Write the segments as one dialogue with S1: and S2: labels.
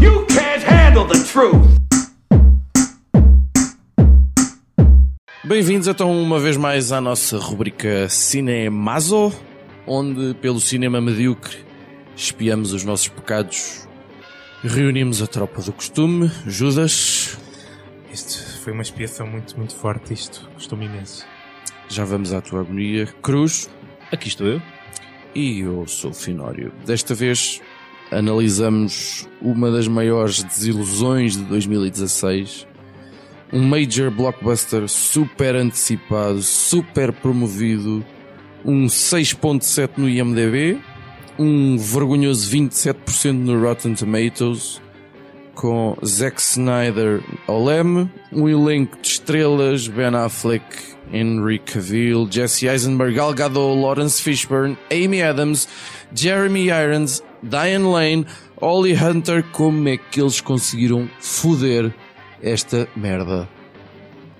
S1: You can't handle the truth.
S2: Bem-vindos então uma vez mais à nossa rubrica Cinemazo, onde pelo cinema medíocre espiamos os nossos pecados, reunimos a tropa do costume, Judas,
S3: Isto foi uma expiação muito, muito forte. Isto custou-me imenso.
S2: já vamos à tua agonia, Cruz
S4: Aqui estou eu.
S2: e eu sou o Finório. Desta vez analisamos uma das maiores desilusões de 2016, um major blockbuster super antecipado, super promovido, um 6.7 no IMDb, um vergonhoso 27% no Rotten Tomatoes, com Zack Snyder ao leme, um elenco de estrelas, Ben Affleck, Henry Cavill, Jesse Eisenberg, Gal Gadot, Lawrence Fishburne, Amy Adams, Jeremy Irons, Diane Lane, Holly Hunter, como é que eles conseguiram foder esta merda?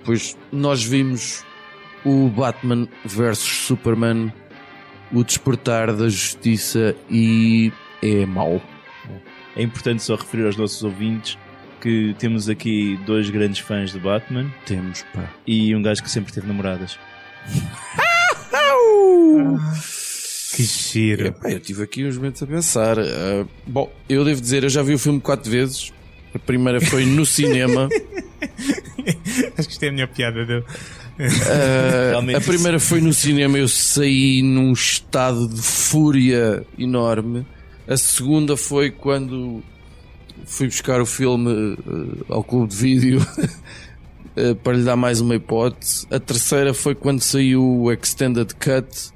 S2: Pois nós vimos o Batman vs Superman, o despertar da justiça e é mau.
S4: É importante só referir aos nossos ouvintes que temos aqui dois grandes fãs do Batman
S2: Temos, pá.
S4: e um gajo que sempre teve namoradas.
S3: Que giro.
S2: Epá, eu tive aqui uns momentos a pensar. Ah, bom, eu devo dizer, eu já vi o filme quatro vezes. A primeira foi no cinema.
S3: Acho que isto é a minha piada. Deu.
S2: Ah,
S4: Realmente.
S2: a primeira foi no cinema, eu saí num estado de fúria enorme. A segunda foi quando fui buscar o filme eh, ao clube de vídeo eh, para lhe dar mais uma hipótese. A terceira foi quando saiu o Extended Cut.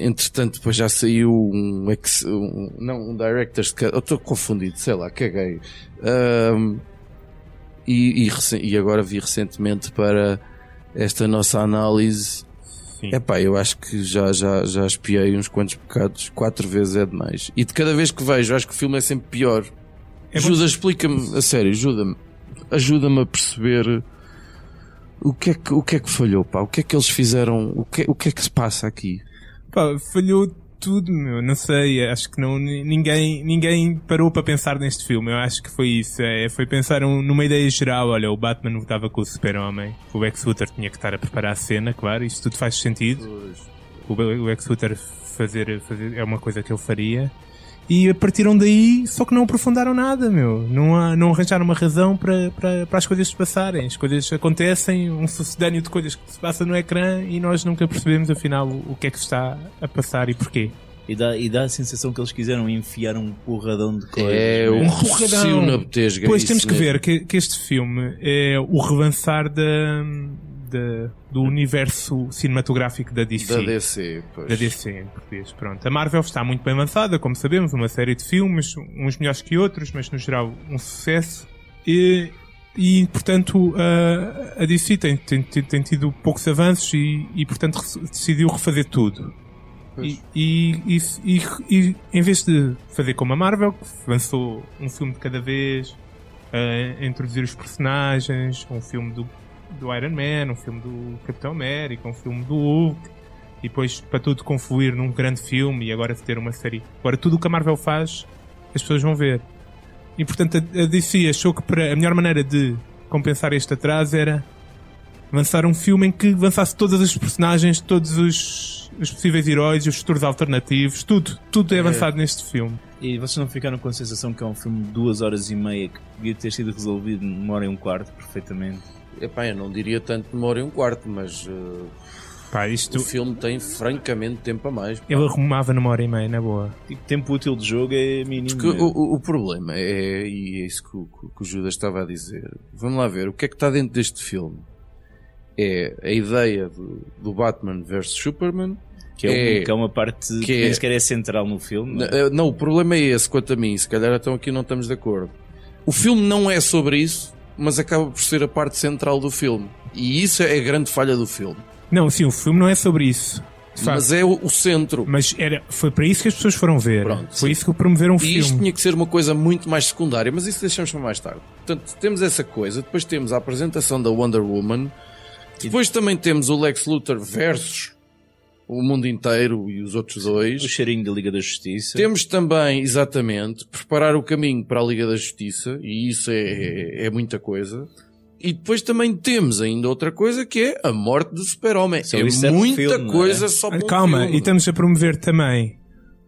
S2: Entretanto, depois já saiu um, ex- um- não, um Director's Cut. Eu estou confundido, sei lá, caguei. Ahm, e, e recen- e agora vi recentemente para esta nossa análise.
S3: Sim.
S2: Epá, eu acho que já, já, já espiei uns quantos pecados. Quatro vezes é demais. E de cada vez que vejo, acho que o filme é sempre pior.
S3: É bom-
S2: Ajuda, explica-me, a sério, ajuda-me. Ajuda-me a perceber o que, é que, o que é que falhou, pá. O que é que eles fizeram? O que, o que é que se passa aqui?
S3: Pá, falhou tudo, meu. Não sei. Acho que não, ni- ninguém, ninguém parou para pensar neste filme. Eu acho que foi isso. É, foi pensar um- numa ideia geral. Olha, o Batman lutava com o Super-Homem. O Lex Luthor tinha que estar a preparar a cena, claro. Isto tudo faz sentido. O Be- o Lex Luthor fazer, fazer é uma coisa que ele faria. E partiram daí, só que não aprofundaram nada, meu. Não, há, não arranjaram uma razão para, para, para as coisas se passarem. As coisas acontecem, um sucedâneo de coisas que se passa no ecrã e nós nunca percebemos afinal o, o que é que se está a passar e porquê.
S4: E dá, e dá a sensação que eles quiseram enfiar um porradão de coisas. né?
S2: É
S4: não
S2: um
S3: Um rogadão.
S2: recio na botesga.
S3: Depois
S2: É isso
S3: temos que
S2: mesmo.
S3: ver que, que este filme é o relançar da, da- do universo cinematográfico da DC.
S2: Da DC, pois.
S3: Da DC, em português. Pronto. A Marvel está muito bem lançada, como sabemos, uma série de filmes, uns melhores que outros, mas no geral um sucesso. E, e portanto, a, a DC tem, tem, tem- tem tido poucos avanços e, e, portanto, re- decidiu refazer tudo. E, e, e, e- e em vez de fazer como a Marvel, que lançou um filme de cada vez, a eh, introduzir os personagens, um filme do, do Iron Man, um filme do Capitão América, um filme do Hulk, e depois para tudo confluir num grande filme e agora ter uma série. Agora tudo o que a Marvel faz, as pessoas vão ver. E portanto a a DC achou que para, a melhor maneira de compensar este atraso era lançar um filme em que lançasse todas as personagens, todos os, os possíveis heróis, os futuros alternativos, tudo. Tudo é avançado neste filme.
S4: E vocês não ficaram com a sensação que é um filme de duas horas e meia que podia ter sido resolvido numa hora e um quarto perfeitamente?
S2: Epá, eu não diria tanto demora um quarto, mas uh,
S3: Pá, isto
S2: o filme tem francamente tempo a mais. pá.
S3: ele arrumava numa hora e meia, na boa.
S4: Tipo, tempo útil de jogo é mínimo.
S2: Porque o,
S4: mesmo.
S2: o- o problema é, e é isso que, o- que- que o Judas estava a dizer. Vamos lá ver, o que é que está dentro deste filme? É a ideia do, do Batman vs Superman.
S4: que, é um-
S2: é-
S4: que é uma parte que,
S2: que é-
S4: nem sequer é central no filme.
S2: N-
S4: não é?
S2: eh, Não, o problema é esse, quanto a mim. Se calhar então aqui não estamos de acordo. O filme não é sobre isso, mas acaba por ser a parte central do filme. E isso é a grande falha do filme.
S3: Não, sim, o filme não é sobre isso. De facto.
S2: Mas é o, o centro.
S3: Mas era, foi para isso que as pessoas foram ver.
S2: Pronto,
S3: foi isso que promoveram o
S2: E isto
S3: filme.
S2: tinha que ser uma coisa muito mais secundária, mas isso deixamos para mais tarde. Portanto, temos essa coisa, depois temos a apresentação da Wonder Woman, depois também temos o Lex Luthor versus o mundo inteiro e os outros dois.
S4: O cheirinho da Liga da Justiça.
S2: é- Temos também, exatamente, preparar o caminho para a Liga da Justiça, e isso
S4: Uhum.
S2: é, é muita coisa. E depois também temos ainda outra coisa que é a morte do super-homem.
S4: Só isso
S2: É
S4: é um
S2: muita
S4: filme, não é?
S2: coisa só para um
S3: Ah, Calma,
S2: filme.
S3: e estamos a promover também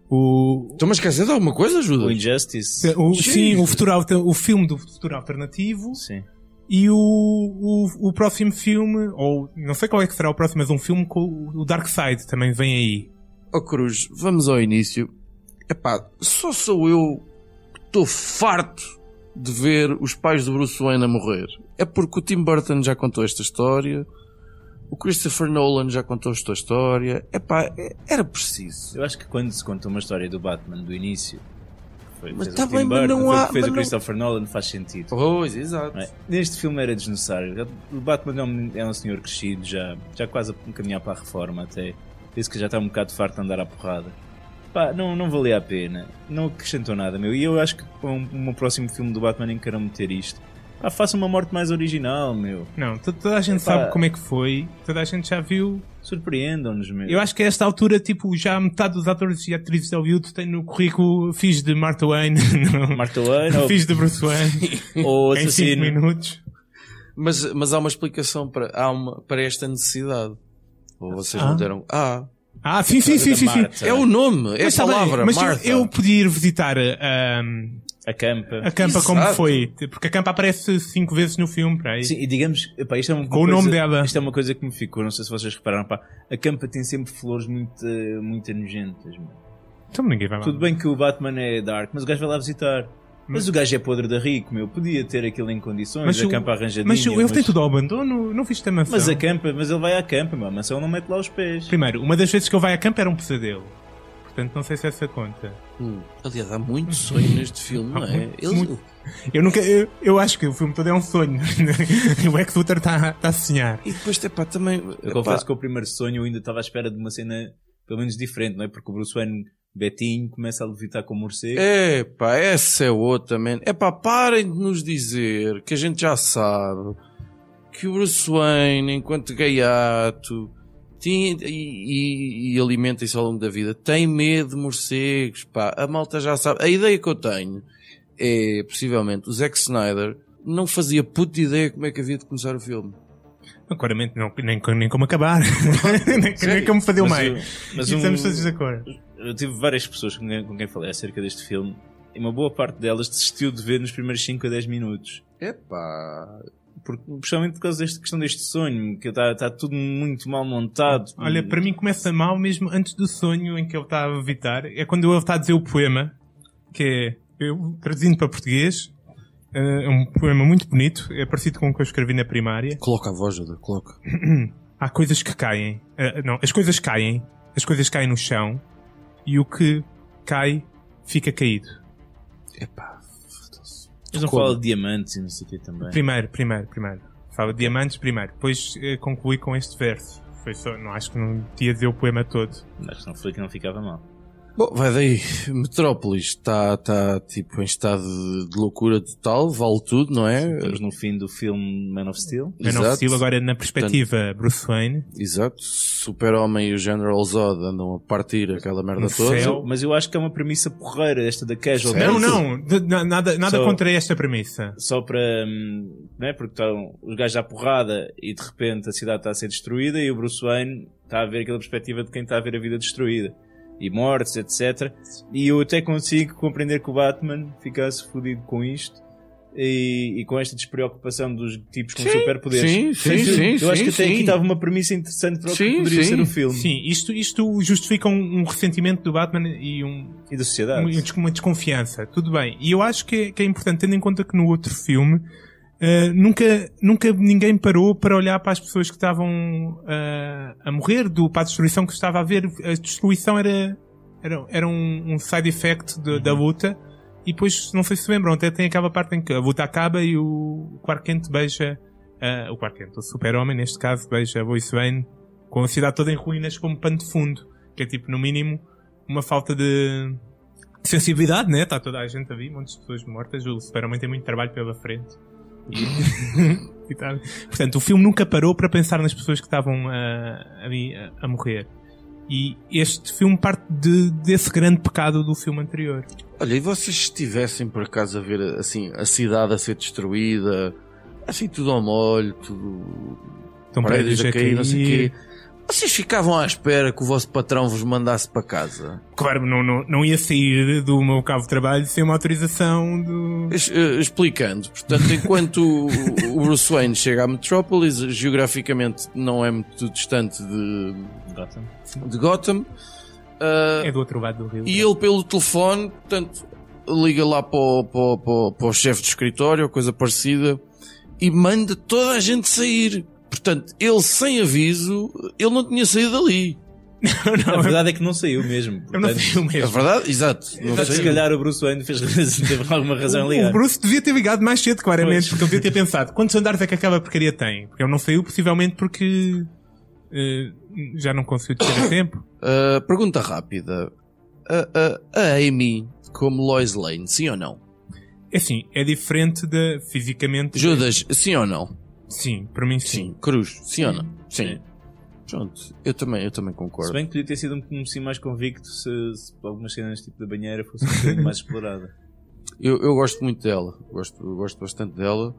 S3: o.
S2: Estão-me a esquecer de alguma coisa,
S4: O
S2: ajuda?
S4: Injustice.
S3: o- sim, o,
S2: Jesus.
S3: futuro, alter- o filme do futuro alternativo
S4: Sim.
S3: e o, o, o próximo filme, ou não sei qual é que será o próximo, mas um filme com o Dark Side também vem aí.
S2: Ó Cruz, vamos ao início. Epá, só sou eu que estou farto de ver os pais do Bruce Wayne a morrer. É porque o Tim Burton já contou esta história, o Christopher Nolan já contou esta história. Epá, é- era preciso.
S4: Eu acho que quando se conta uma história do Batman do início, que foi,
S2: Mas
S4: fez
S2: tá
S4: o Tim
S2: bem, mas
S4: Burton,
S2: não
S4: foi o
S2: há-
S4: que fez
S2: mas
S4: o
S2: não-
S4: Christopher Nolan, faz sentido.
S2: Pois, exato.
S4: não é? Neste filme era desnecessário. O Batman é um, é um senhor crescido, já, já quase a caminhar para a reforma até. Disse que já está um bocado farto de andar à porrada. Pá, não, não valia a pena. Não acrescentou nada, meu. E eu acho que para um, um próximo filme do Batman encaram meter isto. Pá, faça uma morte mais original, meu.
S3: Não, to- toda a gente
S4: Epá.
S3: sabe como é que foi, toda a gente já viu.
S4: Surpreendam-nos, meu.
S3: Eu acho que a esta altura, tipo, já metade dos atores e atrizes de Hollywood têm no currículo fiz de Martha Wayne, não,
S4: Marta Wayne ou-
S3: fiz de Bruce Wayne
S4: ou
S3: em 5
S4: assassino.
S3: minutos.
S2: Mas, mas há uma explicação para, há uma, para esta necessidade. Ou vocês
S3: Ah.
S2: não deram. Ah,
S3: Ah, sim, sim, sim, sim, sim.
S4: Marta.
S2: é o nome, é a
S3: tá bem,
S2: palavra,
S3: mas eu-
S2: Martha.
S3: eu podia ir visitar ah, um,
S4: A campa.
S3: a campa como
S2: Exato.
S3: foi, porque a campa aparece cinco vezes no filme, para aí.
S4: Sim, e digamos, epá, isto é uma
S3: Com o
S4: coisa,
S3: nome dela.
S4: Isto é uma coisa que me ficou, não sei se vocês repararam, pá. A campa tem sempre flores muito, eh, muito nojentas, meu.
S3: Então ninguém vai lá.
S4: Tudo bem que o Batman é dark, mas o gajo vai lá visitar. Mas o gajo é podre da rico, meu. Podia ter aquilo em condições,
S3: Mas
S4: a
S3: o-
S4: campa arranjadinha.
S3: Mas ele tem tudo ao abandono, não fiz também.
S4: Mas a campa, mas ele vai à campa, meu. Mas ele não mete lá os pés.
S3: Primeiro, uma das vezes que ele vai a campo era um pesadelo. Portanto, não sei se essa conta.
S2: Hum. Aliás, há muito sonho neste filme, não é? Ele-
S3: Eu nunca. Eu, eu acho que o filme todo é um sonho. o Lex Luthor está tá a sonhar.
S2: E depois, epá, também.
S4: Eu
S2: epá,
S4: confesso que o primeiro sonho eu ainda estava à espera de uma cena, pelo menos diferente, não é? Porque o Bruce Wayne, Betinho, começa a levitar com o
S3: É,
S4: morcego.
S2: Epá, essa é outra, man. Epá, parem de nos dizer que a gente já sabe que o Bruce Wayne, enquanto gaiato, tinha, e, e- e alimenta isso ao longo da vida, tem medo de morcegos, pá. A malta já sabe. A ideia que eu tenho é, possivelmente, o Zack Snyder não fazia puta ideia como é que havia de começar o filme.
S3: Não, Claramente, não, nem, nem como acabar. nem, nem como fazer o
S4: Mas
S3: meio.
S4: o-
S3: E
S4: mas um-
S3: estamos todos de acordo.
S4: eu tive várias pessoas com quem, com quem falei acerca deste filme e uma boa parte delas desistiu de ver nos primeiros 5 a 10 minutos.
S2: Epá.
S4: Porque, principalmente por causa desta questão deste sonho, que está tá tudo muito mal montado.
S3: Olha, para mim começa mal mesmo antes do sonho em que ele está a evitar. É quando ele está a dizer o poema, que é, eu, traduzindo para português, é um poema muito bonito, é parecido com o que eu escrevi na primária.
S2: Coloca a voz, Júlio, coloca.
S3: Há coisas que caem. Ah, não, as coisas caem. As coisas caem no chão. E o que cai fica caído.
S2: Epá.
S4: Eles não
S2: Como?
S4: falam de diamantes e não sei o quê também.
S3: Primeiro, primeiro, primeiro. Fala de diamantes primeiro. Depois eh, conclui com este verso. Foi só, não acho que não tinha dizer o poema todo.
S4: Mas não foi que não ficava mal.
S2: Bom, vai daí. Metrópolis está tá, tipo em estado de- de loucura total, vale tudo, não é?
S4: Estamos no fim do filme Man of Steel.
S3: Eu não
S2: Exato.
S3: recebi agora na perspectiva Bruce Wayne.
S2: Exato. Super-Homem e o General Zod andam a partir aquela merda
S3: No
S2: toda.
S4: Mas
S3: céu.
S4: eu, mas eu acho que é uma premissa porreira esta da casual.
S3: Não, não. de- na- nada nada
S4: Só-
S3: contra esta premissa.
S4: Só para. hum, Não é? Porque estão os gajos à porrada e de repente a cidade está a ser destruída e o Bruce Wayne está a ver aquela perspectiva de quem está a ver a vida destruída. E mortes, etc. E eu até consigo compreender que o Batman ficasse fodido com isto e, e com esta despreocupação dos tipos com superpoderes.
S2: sim, sim, sim,
S4: Eu acho
S2: sim,
S4: que até
S2: sim.
S4: aqui estava uma premissa interessante para o que
S2: Sim,
S4: poderia
S2: sim.
S4: ser o filme
S3: Sim, isto, isto justifica um, um ressentimento do Batman e um,
S4: e da sociedade.
S3: Uma, uma desconfiança, tudo bem. E eu acho que, é- que é importante, tendo em conta que no outro filme ah, nunca, nunca ninguém parou para olhar para as pessoas que estavam ah, a morrer do, para a destruição que se estava a ver. A destruição era, era, era um, um side effect de- da luta. E depois, não sei se se lembram, até tem aquela parte em que a luta acaba e o Clark Kent beija, ah, o Clark Kent, o super-homem neste caso, beija a Bruce Wayne com a cidade toda em ruínas como pano de fundo. Que é tipo, no mínimo, uma falta de, de sensibilidade, né? Está toda a gente a vir, montes de pessoas mortas. O Superman tem muito trabalho pela frente. E, e tá- ah, Portanto, o filme nunca parou para pensar nas pessoas que estavam a, a, vir- a- a morrer. E este filme parte de- desse grande pecado do filme anterior.
S2: Olha, e vocês estivessem por acaso a ver assim a cidade a ser destruída, assim tudo ao molho, tudo
S3: Estão
S2: prédios a cair, não sei o quê.
S3: Então, cair.
S2: Vocês ficavam à espera que o vosso patrão vos mandasse para casa.
S3: Claro, não, não, não ia sair do meu cabo de trabalho sem uma autorização do.
S2: Es- eh, explicando, portanto, enquanto o, o Bruce Wayne chega à Metrópolis, geograficamente não é muito distante de,
S4: Gotham.
S2: de Gotham, ah,
S3: É do outro lado do rio.
S2: E ele pelo telefone, portanto, liga lá para o, para o- para o- para o chefe de escritório, ou coisa parecida, e manda toda a gente sair. Portanto, ele sem aviso, ele não tinha saído dali.
S4: A verdade é que não saiu mesmo.
S3: Eu não
S4: portanto,
S3: sei o
S2: É
S3: mesmo.
S2: verdade? Exato. Não
S4: Portanto, se
S2: saiu.
S4: calhar o Bruce Wayne fez, teve alguma razão ali.
S3: O Bruce devia ter ligado mais cedo, claramente,
S4: Pois.
S3: porque ele devia ter pensado quantos andares é que aquela porcaria tem? Porque ele não saiu, possivelmente porque eh, já não conseguiu descer a tempo.
S2: Ah, pergunta rápida. A- a- a Amy, como Lois Lane, sim ou não?
S3: É Assim, é diferente da fisicamente.
S2: Judas, sim ou não?
S3: Sim, para mim sim.
S2: Sim. Cruz, sim ou não? Sim. Pronto, eu também, eu também
S4: Se
S2: concordo.
S4: bem que podia ter sido um, um sim mais convicto se, se algumas cenas tipo da banheira fosse um bocadinho mais explorada.
S2: Eu, eu gosto muito dela, gosto, gosto bastante dela,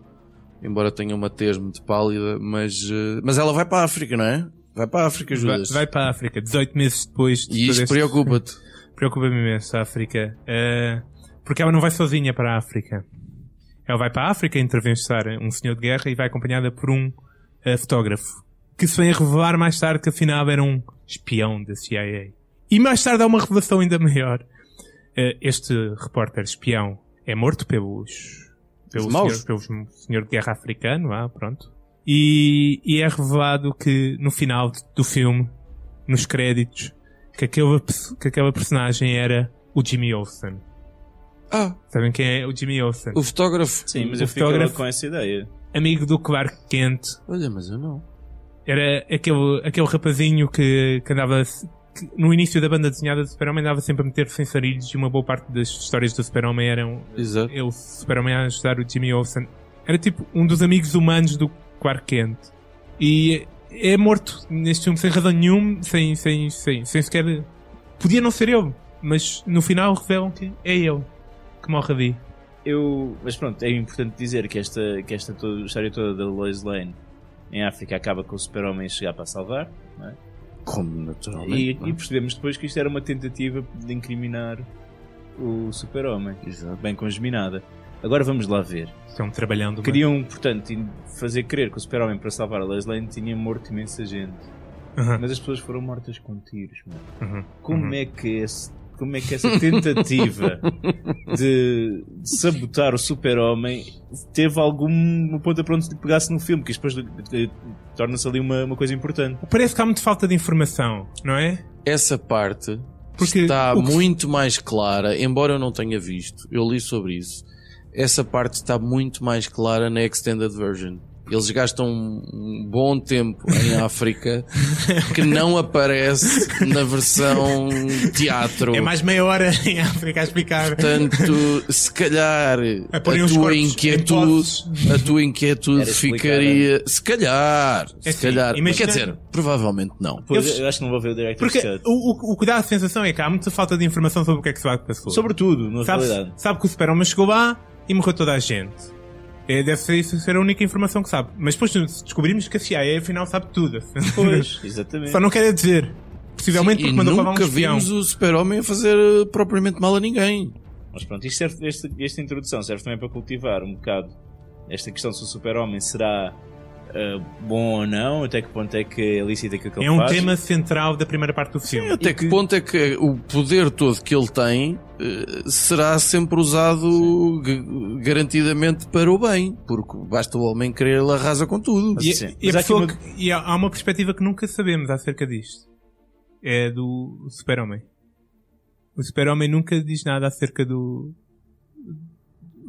S2: embora tenha uma tez muito pálida, mas, eh, mas ela vai para a África, não é? Vai para a África,
S3: Vai,
S2: Judas.
S3: vai para a África, 18 meses depois.
S2: E
S3: de todo
S2: isto
S3: este-
S2: preocupa-te.
S3: Preocupa-me imenso a África. eh, porque ela não vai sozinha para a África. Ela vai para a África entrevistar um senhor de guerra e vai acompanhada por um eh, fotógrafo. Que se vem a revelar mais tarde que afinal era um espião da CIA. E mais tarde há uma revelação ainda maior. Eh, este repórter espião é morto pelos. pelo
S2: Os maus.
S3: senhor, pelos senhor de guerra africano, ah, pronto. E, e é revelado que no final do filme, nos créditos, que aquela, pers- que aquela personagem era o Jimmy Olsen.
S2: Ah,
S3: Sabem quem é o Jimmy Olsen?
S2: o fotógrafo.
S4: Sim, mas
S3: O
S4: eu ficava
S3: fotógrafo-
S4: com essa ideia.
S3: Amigo do Clark Kent.
S2: Olha, mas eu não.
S3: Era aquele, aquele rapazinho que, que andava... que no início da banda desenhada do Super-Homem andava sempre a meter sem sarilhos e uma boa parte das histórias do Super-Homem eram
S2: Exato.
S3: ele, o Super-Homem, a ajudar o Jimmy Olsen. Era tipo um dos amigos humanos do Clark Kent. E é morto neste filme sem razão nenhuma, sem, sem, sem, sem sequer... Podia não ser ele, mas no final revelam que é ele que morre ali.
S4: Eu, mas pronto, é importante dizer que esta, que esta toda, história toda da Lois Lane em África acaba com o super-homem a chegar para a salvar.
S2: Como naturalmente.
S4: E,
S2: não é?
S4: e percebemos depois que isto era uma tentativa de incriminar o super-homem.
S2: Exato.
S4: Bem congeminada. Agora vamos lá ver.
S3: Estão trabalhando... mas-
S4: Queriam, portanto, in- fazer crer que o super-homem para salvar a Lois Lane tinha morto imensa gente.
S3: Aham.
S4: Mas as pessoas foram mortas com tiros, mano.
S3: Uhum.
S4: Como
S3: Uhum.
S4: é que esse- como é que essa tentativa de, de sabotar o super-homem teve algum um ponta para onde lhe pegasse no filme? Que isto depois eh, torna-se ali uma, uma coisa importante.
S3: Parece que há muito falta de informação, não é?
S2: Essa parte
S3: Porque
S2: está
S3: o que-
S2: muito mais clara, embora eu não tenha visto, eu li sobre isso. Essa parte está muito mais clara na Extended Version. Eles gastam um- um bom tempo em África que não aparece na versão teatro.
S3: É mais meia hora em África a explicar.
S2: Portanto, se calhar a,
S3: A porem os
S2: tua
S3: corpos em
S2: inquietude,
S3: potes.
S2: a tua inquietude
S4: Era explicar,
S2: ficaria. Se calhar, se
S3: assim,
S2: calhar.
S3: imagina-
S2: Quer dizer, provavelmente não.
S4: Pois,
S3: Eles-
S4: eu acho que não vou ver o Director's
S3: Porque
S4: Cut.
S3: o, o, o que dá a sensação é que há muita falta de informação sobre o que é que se vai passar.
S4: Sobretudo, na
S3: sabe,
S4: realidade.
S3: sabe que o Super-Homem chegou lá e morreu toda a gente. É, deve ser isso ser a única informação que sabe. Mas depois se descobrimos que a CIA afinal sabe tudo.
S4: Pois, né? exatamente.
S3: Só não quer é dizer. Possivelmente
S2: e
S3: porque mandou falar um
S2: nunca
S3: espião.
S2: vimos o super-homem a fazer eh, propriamente mal a ninguém.
S4: Mas pronto, isto serve, este- esta introdução serve também para cultivar um bocado esta questão se o super-homem será ah, bom ou não, até que ponto é que é lícito aquilo que ele
S3: É um
S4: faz.
S3: tema central da primeira parte do filme.
S2: Até que ponto é que o poder todo que ele tem eh, será sempre usado ga- garantidamente para o bem? Porque basta o homem querer, ele arrasa com tudo.
S4: Mas-
S3: E,
S4: Sim.
S3: e a
S4: Mas há aqui
S3: pessoa
S4: uma-
S3: que- e há, há uma perspectiva que nunca sabemos acerca disto. É do Super-Homem. O Super-Homem nunca diz nada acerca do.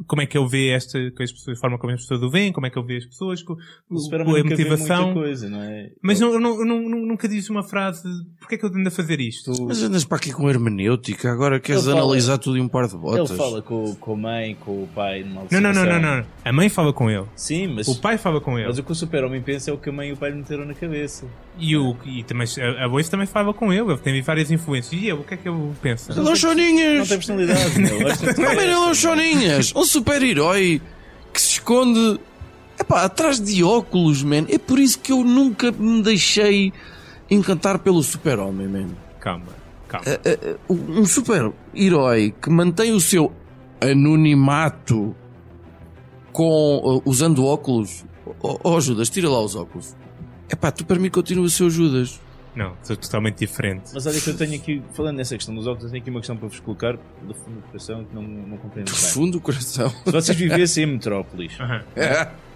S3: como é que ele vê esta, que as pessoas, a forma como as pessoas o veem, como é que ele vê as pessoas, co-
S4: O
S3: o-
S4: Superman
S3: a
S4: nunca vê muita
S3: motivação.
S4: coisa, não é?
S3: Mas não, não, não, não- nunca diz uma frase, porque é que eu ando a fazer isto?
S2: Mas andas para aqui com hermenêutica, agora queres
S4: Ele fala-
S2: analisar tudo em um par de botas.
S4: Ele fala com, com a mãe, com o pai numa
S3: Não, não, não, não,
S4: alucinação.
S3: não. A mãe fala com ele.
S4: Sim, assim, mas,
S3: O pai fala com ele.
S4: mas o que o super-homem pensa é o que a mãe e o pai lhe meteram na cabeça.
S3: E, o, e também, a Lois também fala com ele. Ele tem várias influências. E ele, o que é que ele pensa?
S2: Ele é um
S4: Não
S2: choninhas!
S4: tem personalidade, meu. Gosta de-
S2: Também ele é um choninhas! Um super-herói que se esconde epá, atrás de óculos, man. É por isso que eu nunca me deixei encantar pelo super-homem, man.
S3: Calma, calma.
S2: um super-herói que mantém o seu anonimato com uh, usando óculos. Oh, oh, Judas, tira lá os óculos. É pá, tu para mim continua a ser o Judas.
S3: Não, sou totalmente diferente.
S4: Mas olha que eu tenho aqui, falando nessa questão dos óculos, eu tenho aqui uma questão para vos colocar do fundo do coração que não, não compreendo
S2: Do
S4: bem.
S2: fundo do coração.
S4: Se vocês vivessem em Metrópolis,
S3: Aham.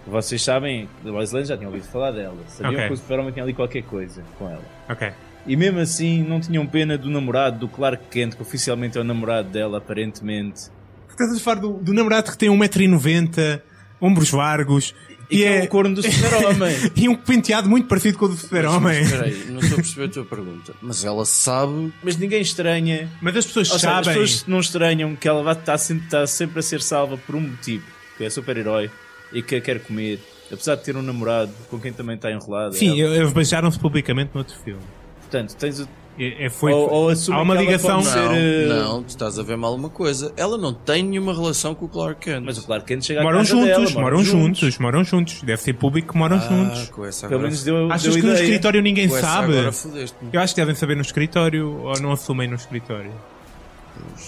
S4: vocês sabem, da Lois Lane já tinham ouvido falar dela, sabiam
S3: Ok.
S4: que o super-homem tinha ali qualquer coisa com ela.
S3: Ok.
S4: E mesmo assim não tinham pena do namorado, do Clark Kent, que oficialmente é o namorado dela, aparentemente.
S3: Porque estás a falar do, do namorado que tem 1,90m, ombros largos e,
S4: E que é
S3: é,
S4: o corno do super-homem.
S3: e um penteado muito parecido com o do super-homem.
S2: Espera aí, não estou a perceber a tua pergunta. Mas ela sabe.
S4: Mas ninguém estranha.
S3: Mas as pessoas
S4: Ou seja, as
S3: sabem.
S4: pessoas não estranham que ela vai estar sempre, está sempre a ser salva por um motivo, que é super-herói e que a quer comer, apesar de ter um namorado com quem também tá está enrolada.
S3: Sim,
S4: ela.
S3: eles beijaram-se publicamente no outro filme.
S4: Portanto, tens o...
S3: É, é- foi,
S4: Ou- ou assumem
S3: há uma
S4: que ela
S3: ligação.
S4: pode ser-
S2: Não,
S4: eh,
S2: não, tu estás a ver mal uma coisa. Ela não tem nenhuma relação com o Clark Kent. Ah,
S4: Mas o Clark Kent chega à
S3: Moram
S4: eh, casa
S3: juntos,
S4: dela,
S3: moram juntos, moram juntos. Deve ser público que moram juntos.
S2: ah, com essa
S4: Pelo
S2: agora,
S4: menos deu,
S3: Achas
S4: deu
S3: que no
S4: ideia.
S3: escritório ninguém
S2: com essa
S3: sabe?
S2: agora fodeste-me.
S3: Eu acho que devem saber no escritório ou não assumem no escritório.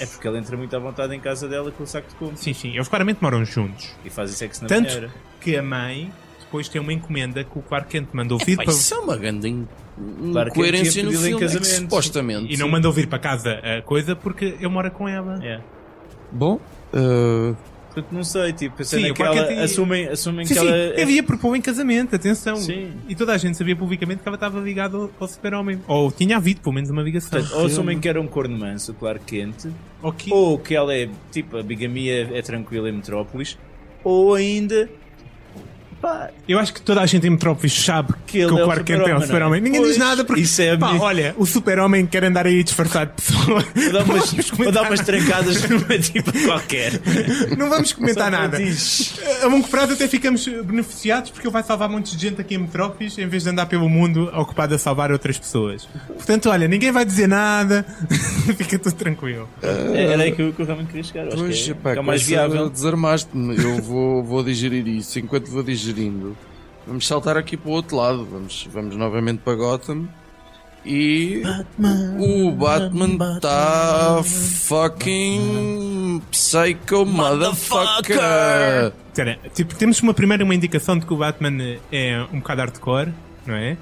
S4: É porque ela entra muito à vontade em casa dela com o saco de como
S3: Sim, sim, eles claramente moram juntos.
S4: e faz sexo na
S3: Tanto
S4: banheira.
S3: que a mãe depois tem uma encomenda que o Clark Kent manda ouvir
S2: Pá,
S3: para...
S2: isso é uma grande in-
S4: Clark Kent
S2: incoerência
S4: tinha
S2: no
S4: pedido em
S2: filme. é que
S4: casamento.
S2: supostamente.
S3: e não manda ouvir para casa a coisa porque ele mora com ela.
S4: É.
S2: Bom, uh,
S4: Portanto, não sei, tipo, a cena
S3: Sim,
S4: é
S3: o
S4: que
S3: Clark
S4: ela
S3: Kent-
S4: assumem, assumem
S3: Sim,
S4: que
S3: sim, é
S4: ela é
S3: havia propô em casamento, atenção.
S4: Sim.
S3: E toda a gente sabia publicamente que ela estava ligada ao, ao super-homem. Ou tinha havido pelo menos uma ligação.
S4: Portanto, ou assumem que era um corno manso, Clark Kent,
S3: Ou que-
S4: ou que ela é tipo a bigamia é tranquila em Metrópolis, ou ainda pá,
S3: Eu acho que toda a gente em Metrópolis sabe que,
S4: ele é
S3: o
S4: o
S3: Clark Kent é o
S4: super-homem,
S3: super-homem.
S4: não é?
S3: Ninguém diz
S4: Pois,
S3: nada porque.
S4: isso é a
S3: pá,
S4: minha-
S3: olha, o super-homem quer andar aí disfarçado de pessoa.
S4: vou dar umas,
S3: vamos
S4: vou
S3: comentar-
S4: dar umas trancadas numa tipo qualquer.
S3: Não vamos comentar
S4: Só para
S3: nada.
S4: diz.
S3: A longo prazo até ficamos eh, beneficiados porque ele vai salvar montes de gente aqui em Metrópolis em vez de andar pelo mundo ocupado a salvar outras pessoas. Portanto, olha, ninguém vai dizer nada, fica tudo tranquilo.
S4: É, Era aí que eu, que eu realmente queria chegar. eu Acho
S2: pois,
S4: que é,
S2: epá,
S4: que é o
S2: com
S4: mais
S2: essa
S4: viável.
S2: Desarmaste-me. Eu vou, vou digerir isso. Enquanto vou digerindo, vamos saltar aqui para o outro lado. Vamos, vamos novamente para Gotham. E o Batman está fucking psycho motherfucker.
S3: Espera, tipo, temos uma primeira uma indicação de que o Batman eh, é um bocado hardcore, não é?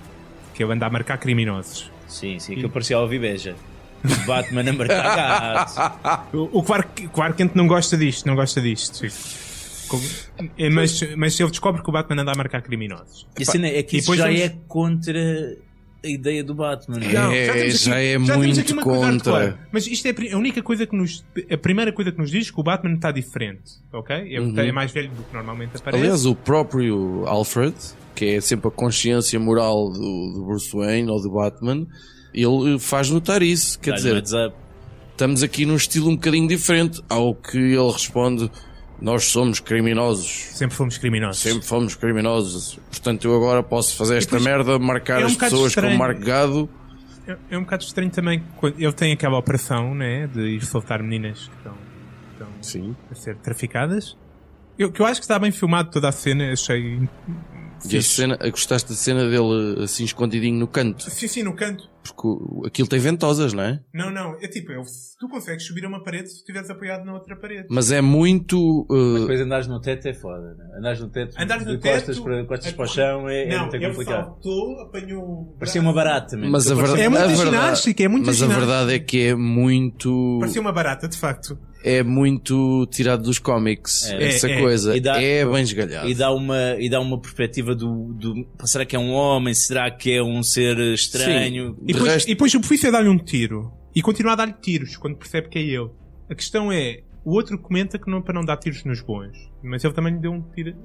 S3: Que ele anda a marcar criminosos.
S4: Sim, sim, que eu parecia ao Viveja. Batman a marcar gato.
S3: O, o Clark, Clark Kent não gosta disto, não gosta disto. Como- eh, mas, mas ele descobre que o Batman anda a marcar criminosos.
S4: E a cena é que
S3: E
S4: isso
S3: depois
S4: já
S3: vamos-
S4: é contra a ideia do Batman.
S3: Não,
S2: É,
S3: temos
S2: já é
S3: temos
S2: muito
S3: aqui uma coisa
S2: contra.
S3: hardcore. Mas isto é a pri- a única coisa que nos. A primeira coisa que nos diz é que o Batman está diferente, ok? Ele
S2: Uhum.
S3: é mais velho do que normalmente aparece.
S2: Aliás, o próprio Alfred, que é sempre a consciência moral do, do Bruce Wayne ou do Batman, ele faz notar isso. Quer
S4: Dá-lhe
S2: dizer,
S4: WhatsApp.
S2: estamos aqui num estilo um bocadinho diferente ao que ele responde: Nós somos criminosos.
S3: Sempre fomos criminosos.
S2: Sempre fomos criminosos. Portanto, eu agora posso fazer esta merda, marcar
S3: é um
S2: as
S3: bocado
S2: pessoas
S3: estranho.
S2: com marcado.
S3: É, é um bocado estranho também. Quando ele tem aquela operação, né? De ir soltar meninas que estão, estão
S2: Sim.
S3: a ser traficadas. Eu, que eu acho que está bem filmado toda a cena, achei.
S2: E a
S3: fixe.
S2: cena, a- gostaste da cena dele assim escondidinho no canto?
S3: Sim, sim, no canto.
S2: Porque o- aquilo tem ventosas, não é?
S3: Não, não. É tipo, eu- tu consegues subir a uma parede se tu estiveres apoiado na outra parede.
S2: Mas é muito. uh,
S4: Depois andares no teto é foda, né? Andares no teto
S3: Andares
S4: de
S3: no
S4: costas,
S3: teto,
S4: para, costas
S3: a-
S4: para o chão é, é
S3: não,
S4: muito
S3: ele
S4: complicado.
S3: saltou, apanhou. o braço.
S4: Parecia uma barata, mesmo.
S2: eh, Mas a verdade,
S3: É muita
S2: a verdade-
S3: ginástica, é muita
S2: mas
S3: ginástica.
S2: a verdade é que é muito.
S3: Parecia um uma barata, de facto.
S2: É muito tirado dos cómics.
S4: É.
S2: essa
S3: É, é.
S2: coisa.
S4: E dá-
S2: é bem esgalhado.
S4: E dá uma, e dá uma perspectiva do, do. pá, Será que é um homem? Será que é um ser estranho?
S2: Sim.
S3: E depois,
S2: resto-
S3: e depois o polícia dá-lhe um tiro. E continua a dar-lhe tiros quando percebe que é ele. A questão é, O outro comenta que não é para não dar tiros nos bons. Mas ele também lhe deu um tiro.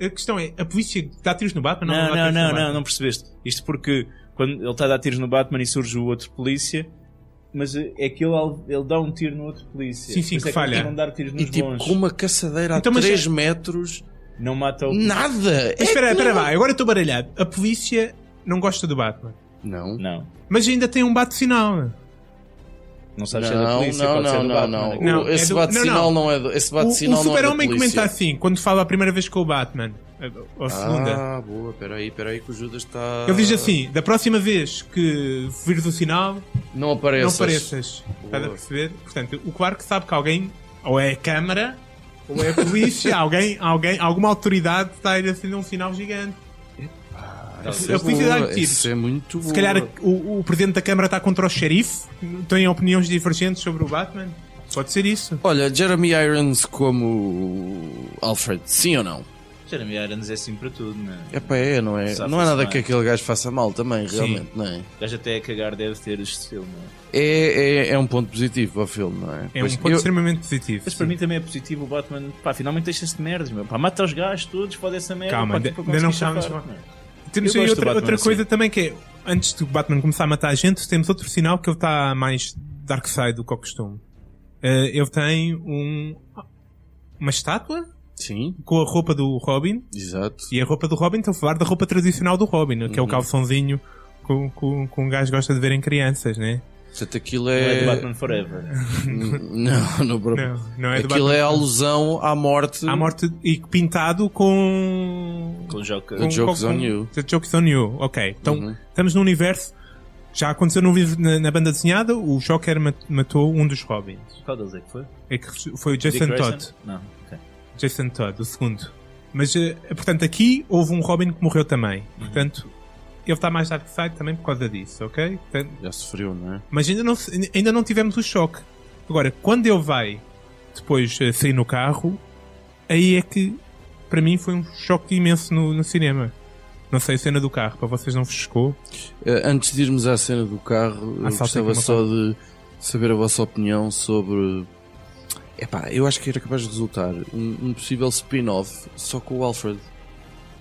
S3: A questão é, a polícia dá tiros no Batman?
S4: Não,
S3: dá
S4: não,
S3: tiros no
S4: não,
S3: Batman?
S4: não, não percebeste. Isto porque quando ele está a dar tiros no Batman e surge o outro polícia, mas eh, é que ele, ele dá um tiro no outro polícia.
S3: Sim, sim,
S4: Por isso
S3: que
S4: é
S3: falha.
S4: eles Não dar tiros nos
S2: E tipo,
S4: bons.
S2: com uma caçadeira
S3: Então,
S2: a
S3: mas
S2: 3 metros,
S4: Não mata o.
S2: nada!
S3: Mas
S2: É
S3: espera,
S2: que
S3: espera
S2: não-
S3: lá, agora eu estou baralhado. A polícia não gosta do Batman.
S2: Não.
S4: Não.
S3: Mas ainda tem um bate-sinal.
S4: Não sabes se é da
S2: Não,
S4: polícia,
S2: não,
S4: pode ser
S2: não,
S4: do
S2: não,
S4: Batman.
S2: não.
S4: né?
S3: Não,
S2: O-
S3: é
S2: Esse
S3: do-
S2: bate-sinal
S3: não,
S2: não é do. Esse
S3: O, o
S2: bate-sinal não é da
S3: super-homem comenta
S2: polícia.
S3: assim, "Oh, quando fala a primeira vez com o Batman. A, a segunda.
S2: Ah, boa, peraí, peraí que o Judas tá- está.
S3: Ele diz assim, da próxima vez que vires o sinal,
S2: Não apareças.
S3: não pareças. Estás a
S2: Boa.
S3: perceber? Portanto, o Clark sabe que alguém, ou é a câmara, ou é a polícia, alguém, alguém, alguma autoridade está a ir acender um sinal gigante.
S2: Isso
S3: A polícia dá-lhe
S2: boa,
S3: tiros.
S2: Isso é muito
S3: Se
S2: boa.
S3: calhar o, o presidente da câmara está contra o xerife, tem opiniões divergentes sobre o Batman. Pode ser isso.
S2: Olha, Jeremy Irons como Alfred, sim ou não?
S4: Jeremy Irons é assim para tudo, né?
S2: É pá, é, não é?
S4: Safa-se
S2: Não há nada
S4: bem.
S2: que aquele gajo faça mal também, realmente, não é?
S4: O gajo até a cagar deve ter este estilo, não é?
S2: É, é? é um ponto positivo para o filme, não é?
S3: É
S2: Pois,
S3: um ponto
S2: eu-
S3: extremamente positivo.
S4: Mas para
S3: sim.
S4: mim também é positivo o Batman. Pá, finalmente deixa-se de merdas, meu. Pá, mata os gajos todos, fode essa merda.
S3: Calma,
S4: pá, tipo,
S3: ainda- ainda não
S4: conseguir
S3: acabamos
S4: safar,
S3: de-
S4: não é?
S3: Temos
S4: Eu
S3: aí
S4: gosto do
S3: outra,
S4: Batman,
S3: outra
S4: assim.
S3: coisa também que é, antes do Batman começar a matar a gente, temos outro sinal que ele está mais dark side do que o costume. Eh, ele tem um, uma estátua
S2: Sim,
S3: com a roupa do Robin,
S2: exato.
S3: e a roupa do Robin está a falar da roupa tradicional do Robin, que é o
S4: Uhum.
S3: calçãozinho que um- que um que um gajo gosta de ver em crianças, né?
S2: Portanto, aquilo
S4: Não é do
S2: é.
S4: Batman Forever.
S2: Não, não,
S4: Uhum.
S2: próprio.
S3: Não, não é do
S2: Aquilo
S3: Batman.
S2: é alusão à morte.
S3: À morte e pintado com.
S4: Com o Joker.
S2: The joke's on you.
S3: The joke's on you. Ok. Então,
S2: Uhum.
S3: estamos num universo. Já aconteceu no, livro- na, na banda desenhada, o Joker mat- matou um dos Robins.
S4: Qual deles é que foi?
S3: É que foi o Jason
S4: Dick Grayson?
S3: Todd.
S4: Não, ok.
S3: Jason Todd, o segundo. Mas, eh, portanto, aqui houve um Robin que morreu também.
S4: Uhum.
S3: Portanto, ele está mais dark side também por causa disso, ok? Portanto,
S2: Já sofreu, não é?
S3: mas ainda não, se- ainda não tivemos o choque. Agora, quando ele vai depois eh, sair no carro, aí é que para mim foi um choque imenso no, no cinema. Não sei a cena do carro, para vocês não vos chocou.
S2: Eh, Antes de irmos à cena do carro,
S3: Ah,
S2: eu
S3: só sei
S2: gostava
S3: que uma
S2: só de saber a vossa opinião sobre. Epá, eu acho que era capaz de resultar um, um possível spin-off só com o Alfred.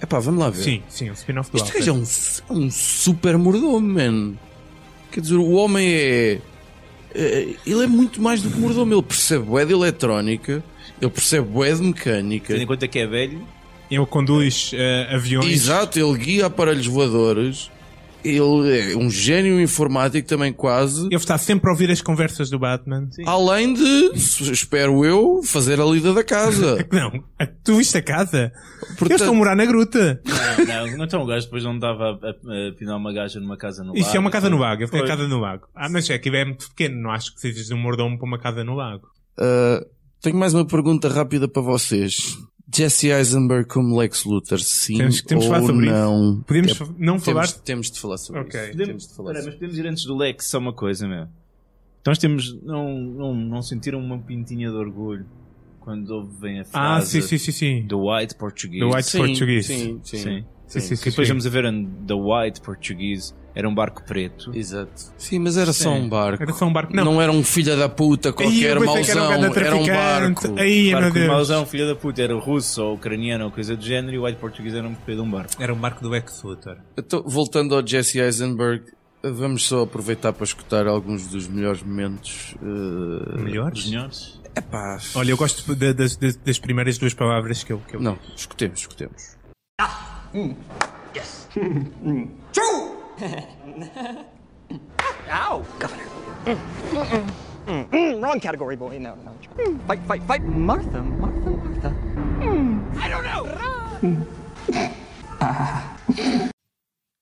S2: Epá, vamos lá ver.
S3: Sim, sim, o spin-off do
S2: Este
S3: Alfred.
S2: gajo é um, su- é um super mordomo, man. Quer dizer, o homem é. é- Ele é muito mais do que mordomo. Ele percebe bué de eletrónica, ele percebe bué de mecânica.
S4: Tendo em conta que é velho,
S3: Ele conduz eh, aviões.
S2: Exato, ele guia aparelhos voadores. Ele é um gênio informático também, quase.
S3: Ele está sempre a ouvir as conversas do Batman.
S2: Além de, s- espero eu, fazer a lida da casa.
S3: Não, tu viste a casa? Eu
S2: Portanto,
S3: estou a morar na gruta.
S4: não, não, então o gajo depois não dava a, a, a pinar uma gaja numa casa no lago.
S3: Isso é uma casa no lago, eu fiquei a
S4: Foi.
S3: casa no lago. Ah, mas é que é muito pequeno, não acho que precisas de um mordomo para uma casa no lago.
S2: ah, tenho mais uma pergunta rápida para vocês. Jesse Eisenberg como Lex Luthor, sim
S3: Temos- temos de
S2: ou
S3: falar sobre isso.
S2: não?
S3: Podemos
S2: É-
S3: não falar?
S2: Temos, temos de falar sobre
S3: Ok.
S2: isso.
S4: Podemos,
S2: Temos de falar
S4: Espera,
S2: sobre
S4: mas podemos ir antes do Lex só uma coisa, meu. Nós temos. Não, não, não sentiram uma pintinha de orgulho quando ouvem a
S3: Ah,
S4: frase
S3: sim, sim, sim, sim.
S4: The White Portuguese.
S3: The White
S2: Sim,
S3: português.
S2: Sim, sim.
S4: Sim.
S3: Sim, sim, sim.
S4: Que depois
S3: sim.
S4: vamos a ver um The White Portuguese. Era um barco preto.
S2: Exato. Sim, mas era só
S4: Sim.
S2: um barco.
S3: Era só um barco.
S2: Não.
S3: Não,
S2: era um filho da puta
S3: Ih, eu
S2: qualquer
S3: pensei que um
S2: mauzão. Era, um barco.
S3: Aí, meu
S4: barco
S3: Deus.
S4: mauzão, filha da puta. Era russo ou ucraniano ou coisa do género. E o White Portuguese era um bocadinho de um barco.
S3: Era um barco do Lex Luthor.
S2: Então, voltando ao Jesse Eisenberg, vamos só aproveitar para escutar alguns dos melhores momentos. eh,
S3: Melhores?
S4: Os senhores.
S2: Epá.
S3: Olha, eu gosto da- das, das- das primeiras duas palavras que eu. Que eu...
S2: Não, escutemos, escutemos.
S5: Ah, hum. Mm, wrong category, boy. No, no. Fight, fight, fight. Mm. Martha, Martha, Martha.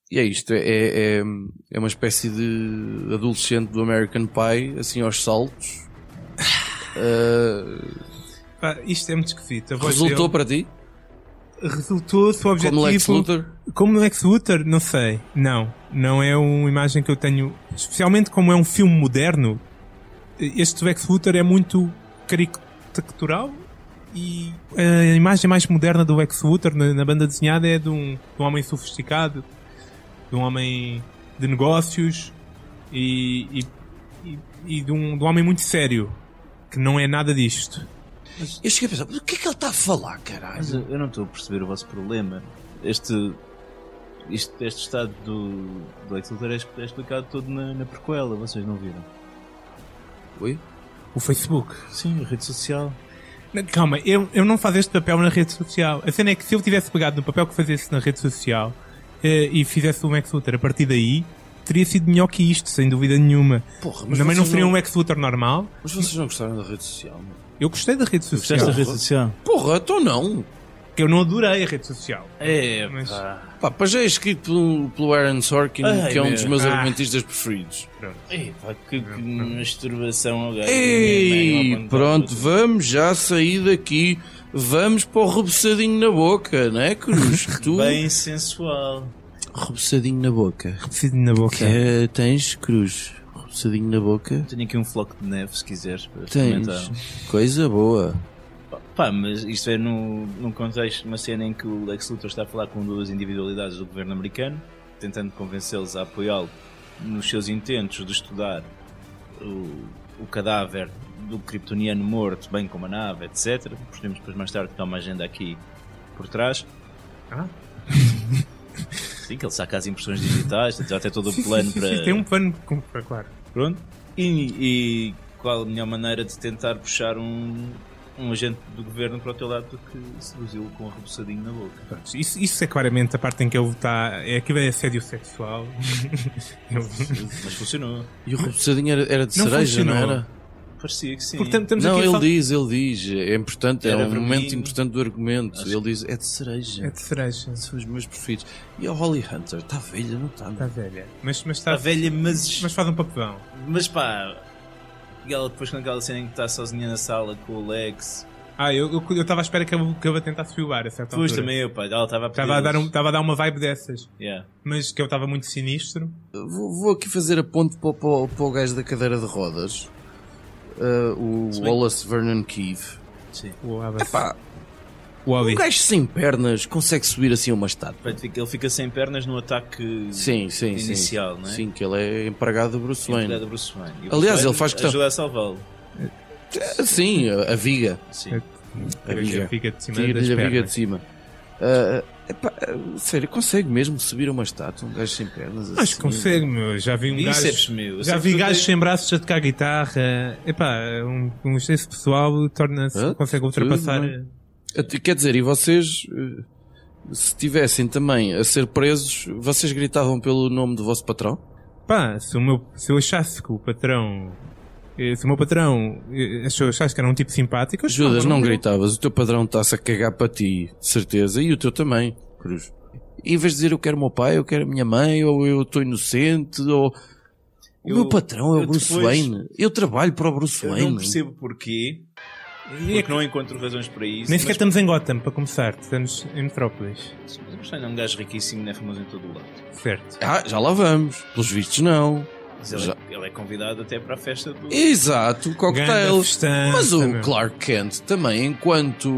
S2: E é isto, é, é, é uma espécie de adolescente do American Pie, assim aos saltos. Eh,
S3: Pá, isto é muito esquisito. A voz
S2: resultou
S5: é.
S3: dele-
S2: para ti?
S3: Resultou se o objetivo.
S2: Como Lex Luthor?
S3: Como Lex Luthor, não sei. Não, não é uma imagem que eu tenho. Especialmente como é um filme moderno, este Lex Luthor é muito caricatural e a imagem mais moderna do Lex Luthor na, na banda desenhada é de um, de um homem sofisticado, de um homem de negócios e, e, e- e de, um, de um homem muito sério, que não é nada disto.
S2: Eu cheguei a pensar, mas o que é que ele está a falar, caralho?
S4: Mas eu, eu não estou a perceber o vosso problema. Este, este, este estado do Black Silver é expl- é explicado todo na, na prequela, vocês não viram?
S2: Oi?
S3: O Facebook.
S4: Sim, a rede social.
S3: Não, Calma, eu, eu não faço este papel na rede social. A cena é que se eu tivesse pegado no papel que fazesse na rede social eh, e fizesse um Lex Luthor a partir daí, teria sido melhor que isto, sem dúvida nenhuma.
S2: Porra, mas
S3: Mas também não
S2: vocês
S3: seria
S2: não-
S3: um Lex Luthor normal.
S2: Mas vocês não gostaram da rede social? meu?
S3: Eu gostei da rede social.
S4: Gostaste da rede social?
S2: Porra, então não.
S3: Porque eu não adorei a rede social.
S4: É,
S3: Mas-
S4: pá.
S2: Pá, pá, já é escrito pelo, pelo Aaron Sorkin,
S4: Ai,
S2: que é um
S4: meu.
S2: dos meus
S3: Ah.
S2: argumentistas preferidos.
S4: É, pá, que, que masturbação ao gajo. Ninguém-
S2: Ei,
S4: ninguém
S2: pronto,
S4: aponta.
S2: vamos já sair daqui. Vamos para o rebuçadinho na boca, não é, Cruz? tu,
S4: Bem sensual.
S2: rebuçadinho na boca.
S3: Preciso na boca.
S2: Que tens, Cruz? Rebuçadinho na boca?
S4: Tenho aqui um floco de neve, se quiseres, para
S2: Tens.
S4: experimentar.
S2: Coisa boa.
S4: Pá, mas isto é num, num contexto, uma cena em que o Lex Luthor está a falar com duas individualidades do governo americano, tentando convencê-los a apoiá-lo nos seus intentos de estudar o, o cadáver do kryptoniano morto, bem como a nave, etc. Podemos depois mais tarde dar uma agenda aqui por trás.
S3: Ah.
S4: Sim, que ele saca as impressões digitais, já tem todo o
S3: Sim, sim,
S4: plano
S3: sim,
S4: para...
S3: sim, tem um plano com- para, claro.
S4: Pronto. E, e qual a melhor maneira de tentar puxar um, um agente do governo para o teu lado do que seduzi-lo com um rebuçadinho na boca?
S3: Pronto, Isso, isso é claramente a parte em que ele está. É aquilo é assédio sexual. Eu-
S4: Mas funcionou.
S2: E o rebuçadinho era, era de
S3: Não
S2: cereja, não
S3: funcionou.
S2: era?
S4: Parecia que sim.
S3: Portanto, estamos
S2: Não,
S3: aqui a
S2: ele
S3: falar-
S2: diz, ele diz. É importante, é
S4: Era
S2: um
S4: vermelho.
S2: momento importante do argumento.
S4: Acho-
S2: Ele diz, é de cereja.
S3: É de cereja.
S2: São os meus preferidos. E a Holly Hunter, está velha, não tá. está?
S3: Está velha. Mas, mas, está,
S4: Está velha, mas,
S3: tá. mas
S4: mas...
S3: faz um papelão.
S4: pá. E ela depois com aquela cena em que está sozinha na sala com o Lex.
S3: Ah, eu estava eu, estava à espera que ele, que ele tentasse filmar a certa
S4: Pois
S3: altura.
S4: também eu, pá. Ela estava a pedir.
S3: Estava Tá a, dar um, estava a dar uma vibe dessas.
S4: Yeah.
S3: Mas que eu estava muito sinistro.
S2: Vou, vou aqui fazer a ponte para, o- para o- para o gajo da cadeira de rodas, Ah, o
S4: Se bem-
S2: Wallace Vernon Keefe.
S4: Sim.
S3: O
S2: Pá, um
S3: Ali.
S2: gajo sem pernas consegue subir assim uma estátua.
S4: Pronto, fica- Ele fica sem pernas no ataque
S2: Sim, sim, sim.
S4: inicial, não é?
S2: Sim, que ele é empregado do Bruce
S4: Empregado
S2: Wayne.
S4: a Bruce Wayne. E o
S2: Aliás,
S4: Bruce Wayne
S2: ele faz questão-
S4: Ajuda a salvá-lo.
S2: Ah, Sim, a, a viga.
S4: Sim.
S3: É,
S2: A viga.
S3: Fica de cima das
S2: Tira-lhe a viga de
S3: pernas.
S2: cima. Ah, epá, ah, sério, consegue mesmo subir uma estátua? Um gajo sem pernas assim?
S3: Mas consegue, meu. Já vi um
S4: Bíceps,
S3: gajo...
S4: meu. é Eu
S3: Já
S4: sei
S3: vi
S4: que tu
S3: gajos
S4: tens-
S3: sem braços a tocar guitarra. Epá, um, um esse pessoal torna-se,
S2: Ah,
S3: consegue
S2: tudo
S3: ultrapassar.
S2: bem. Até- Quer dizer, e vocês, eh, se tivessem também a ser presos, vocês gritavam pelo nome do vosso patrão?
S3: Pá, se, o meu, se eu achasse que o patrão. eh, Se o meu patrão eh, achou, achasse que era um tipo simpático, eu um
S2: Judas,
S3: chamava,
S2: não gritavas, o teu padrão está-se a cagar para ti, de certeza, e o teu também, Cruz. Em vez de dizer eu quero o meu pai, eu quero a minha mãe, ou eu estou inocente, ou. O
S4: Eu-
S2: meu patrão é o
S4: eu
S2: Bruce
S4: depois-
S2: Wayne. Eu trabalho para o Bruce
S4: Eu
S2: Wayne.
S4: não percebo porquê,
S3: E é
S4: porque
S3: que-
S4: não encontro razões para isso.
S3: Nem
S4: mas-
S3: sequer estamos em Gotham, para começar. Estamos em Metrópolis.
S4: Mas o Bruce Wayne é um gajo riquíssimo, não é famoso em todo o lado.
S3: Certo.
S2: Ah, já lá vamos. Pelos vistos, não.
S4: Mas ele,
S2: Já.
S4: é, ele é convidado até para a festa do.
S2: Exato,
S3: Ganda
S2: cocktail.
S3: festança,
S2: Mas o
S3: meu.
S2: Clark Kent também, enquanto.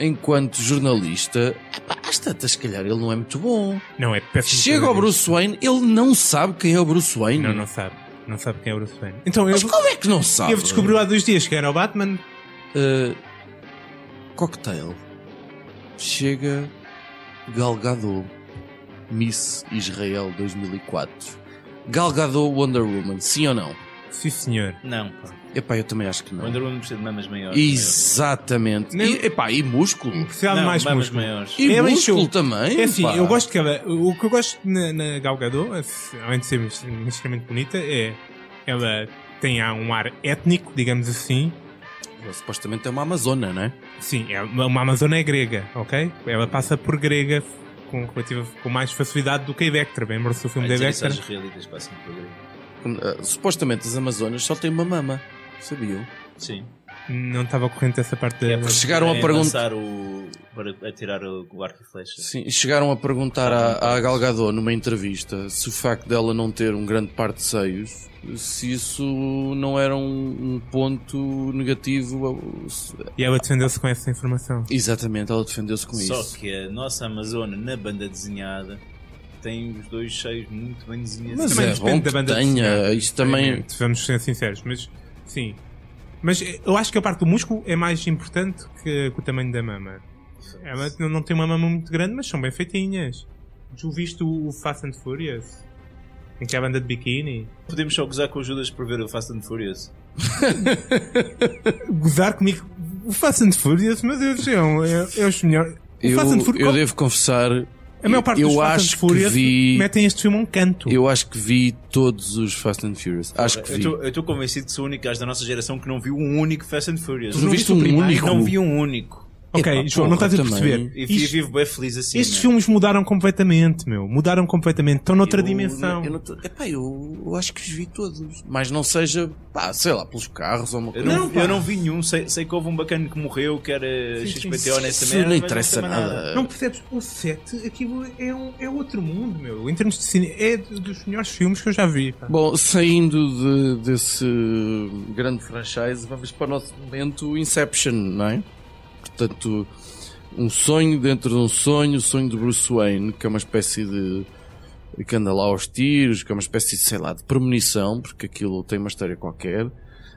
S2: enquanto jornalista, epá, às tantas, se calhar, ele não é muito bom.
S3: Não, é péssimo.
S2: Chega ao Bruce Wayne, ele não sabe quem é o Bruce Wayne.
S3: Não, não sabe. Não sabe quem é o Bruce Wayne. Então eu,
S2: Mas como é que não sabe?
S3: eu descobri há dois dias que era o Batman.
S2: Uh, cocktail. Chega Gal Gadot, Miss Israel 2004. Gal Gadot Wonder Woman, sim ou não?
S3: Sim, senhor.
S4: Não, pá.
S2: Epá, eu também acho que não.
S4: Wonder Woman precisa de mamas maiores. é?
S2: Exatamente.
S3: Não.
S2: E, epá, e músculo?
S4: Não,
S3: Precisava de mais
S4: mamas
S3: músculo.
S4: maiores.
S2: E
S3: Ela
S2: músculo
S3: encheu.
S2: também?
S3: É assim,
S2: pá.
S3: eu gosto que ela. O que eu gosto na, na Gal Gadot, é além de ser extremamente bonita, é. Ela tem há um ar étnico, digamos assim.
S2: Ela Supostamente é uma Amazona, não é?
S3: Sim, é uma uma Amazona é grega, ok? Ela passa por grega com, relativa, com mais facilidade do que a Electra. Lembra-se do
S4: Vai
S3: filme da
S4: dizer isso
S3: Electra?
S4: às israelitas que passam por ali.
S2: Uh, Supostamente as Amazonas só têm uma mama. Sabiam?
S4: Sim.
S3: Não estava corrente essa parte da.
S4: porque
S2: chegaram a
S4: é
S2: pergunta-
S4: lançar O... Para atirar o, o arco e flecha.
S2: Sim, chegaram a perguntar à, à Gal Gadot numa entrevista se o facto dela não ter um grande par de seios, se isso não era um, um ponto negativo. ao- se-
S3: E ela defendeu-se com essa informação.
S2: Exatamente, ela defendeu-se com
S4: Só
S2: isso.
S4: que a nossa Amazona na banda desenhada tem os dois cheios muito bem desenhados.
S2: Mas
S3: Também
S2: é
S3: depende
S2: bom
S3: da
S2: que
S3: banda
S2: tenha,
S3: desenhada,
S2: isto também...
S3: Obviamente, Vamos ser sinceros, mas sim. Mas eh, eu acho que a parte do músculo é mais importante que, que o tamanho da mama. Ela não- não tem uma mama muito grande, mas são bem feitinhas. Tu viste o o Fast and Furious? Em que a banda de biquíni?
S2: é.
S4: Podemos só gozar com o Judas por ver o Fast and Furious.
S3: Gozar comigo. O Fast and Furious, meu Deus, é, um- é, é os melhores. O
S2: Eu,
S3: Fast and Furious.
S2: eu devo confessar,
S3: a maior parte
S2: eu
S3: dos Fast
S2: acho
S3: and
S2: que
S3: Furious
S2: vi-
S3: metem este filme a um canto.
S2: eu acho que vi todos os Fast and Furious. Acho que vi.
S4: Eu estou convencido que sou o único gajo da nossa geração que não viu um único Fast and Furious.
S2: Tu não viste
S4: o
S2: um
S4: primeiro?
S2: único?
S4: Não vi um único.
S3: ok,
S2: Epá,
S3: João, não
S2: porra,
S3: estás a
S2: também.
S3: perceber.
S4: E vi-
S3: Isto-
S4: vivo bem feliz assim.
S3: estes
S4: né?
S3: filmes mudaram completamente, meu. Mudaram completamente. Estão noutra
S2: Eu-
S3: dimensão.
S2: Eu, não tô- epá, eu, eu acho que os vi todos. Mas não seja, pá, sei lá, pelos carros ou uma
S4: Eu
S2: coisa. assim.
S4: não,
S3: pá.
S4: eu não vi nenhum, sei, sei que houve um bacana que morreu, que era
S3: Sim, sim,
S4: XPTO nessa
S2: isso
S4: merda.
S2: não
S4: mas
S2: interessa
S4: sei mais
S2: nada.
S3: Não percebes? O 7, aquilo é, um, é outro mundo, meu. Em termos de cine, é do- dos melhores filmes que eu já vi. pá.
S2: Bom, saindo de- desse grande franchise, vamos para o nosso momento Inception, não é? Portanto, um sonho dentro de um sonho, o sonho de Bruce Wayne, que é uma espécie de que anda lá aos tiros, que é uma espécie de, sei lá, de premonição, porque aquilo tem uma história qualquer.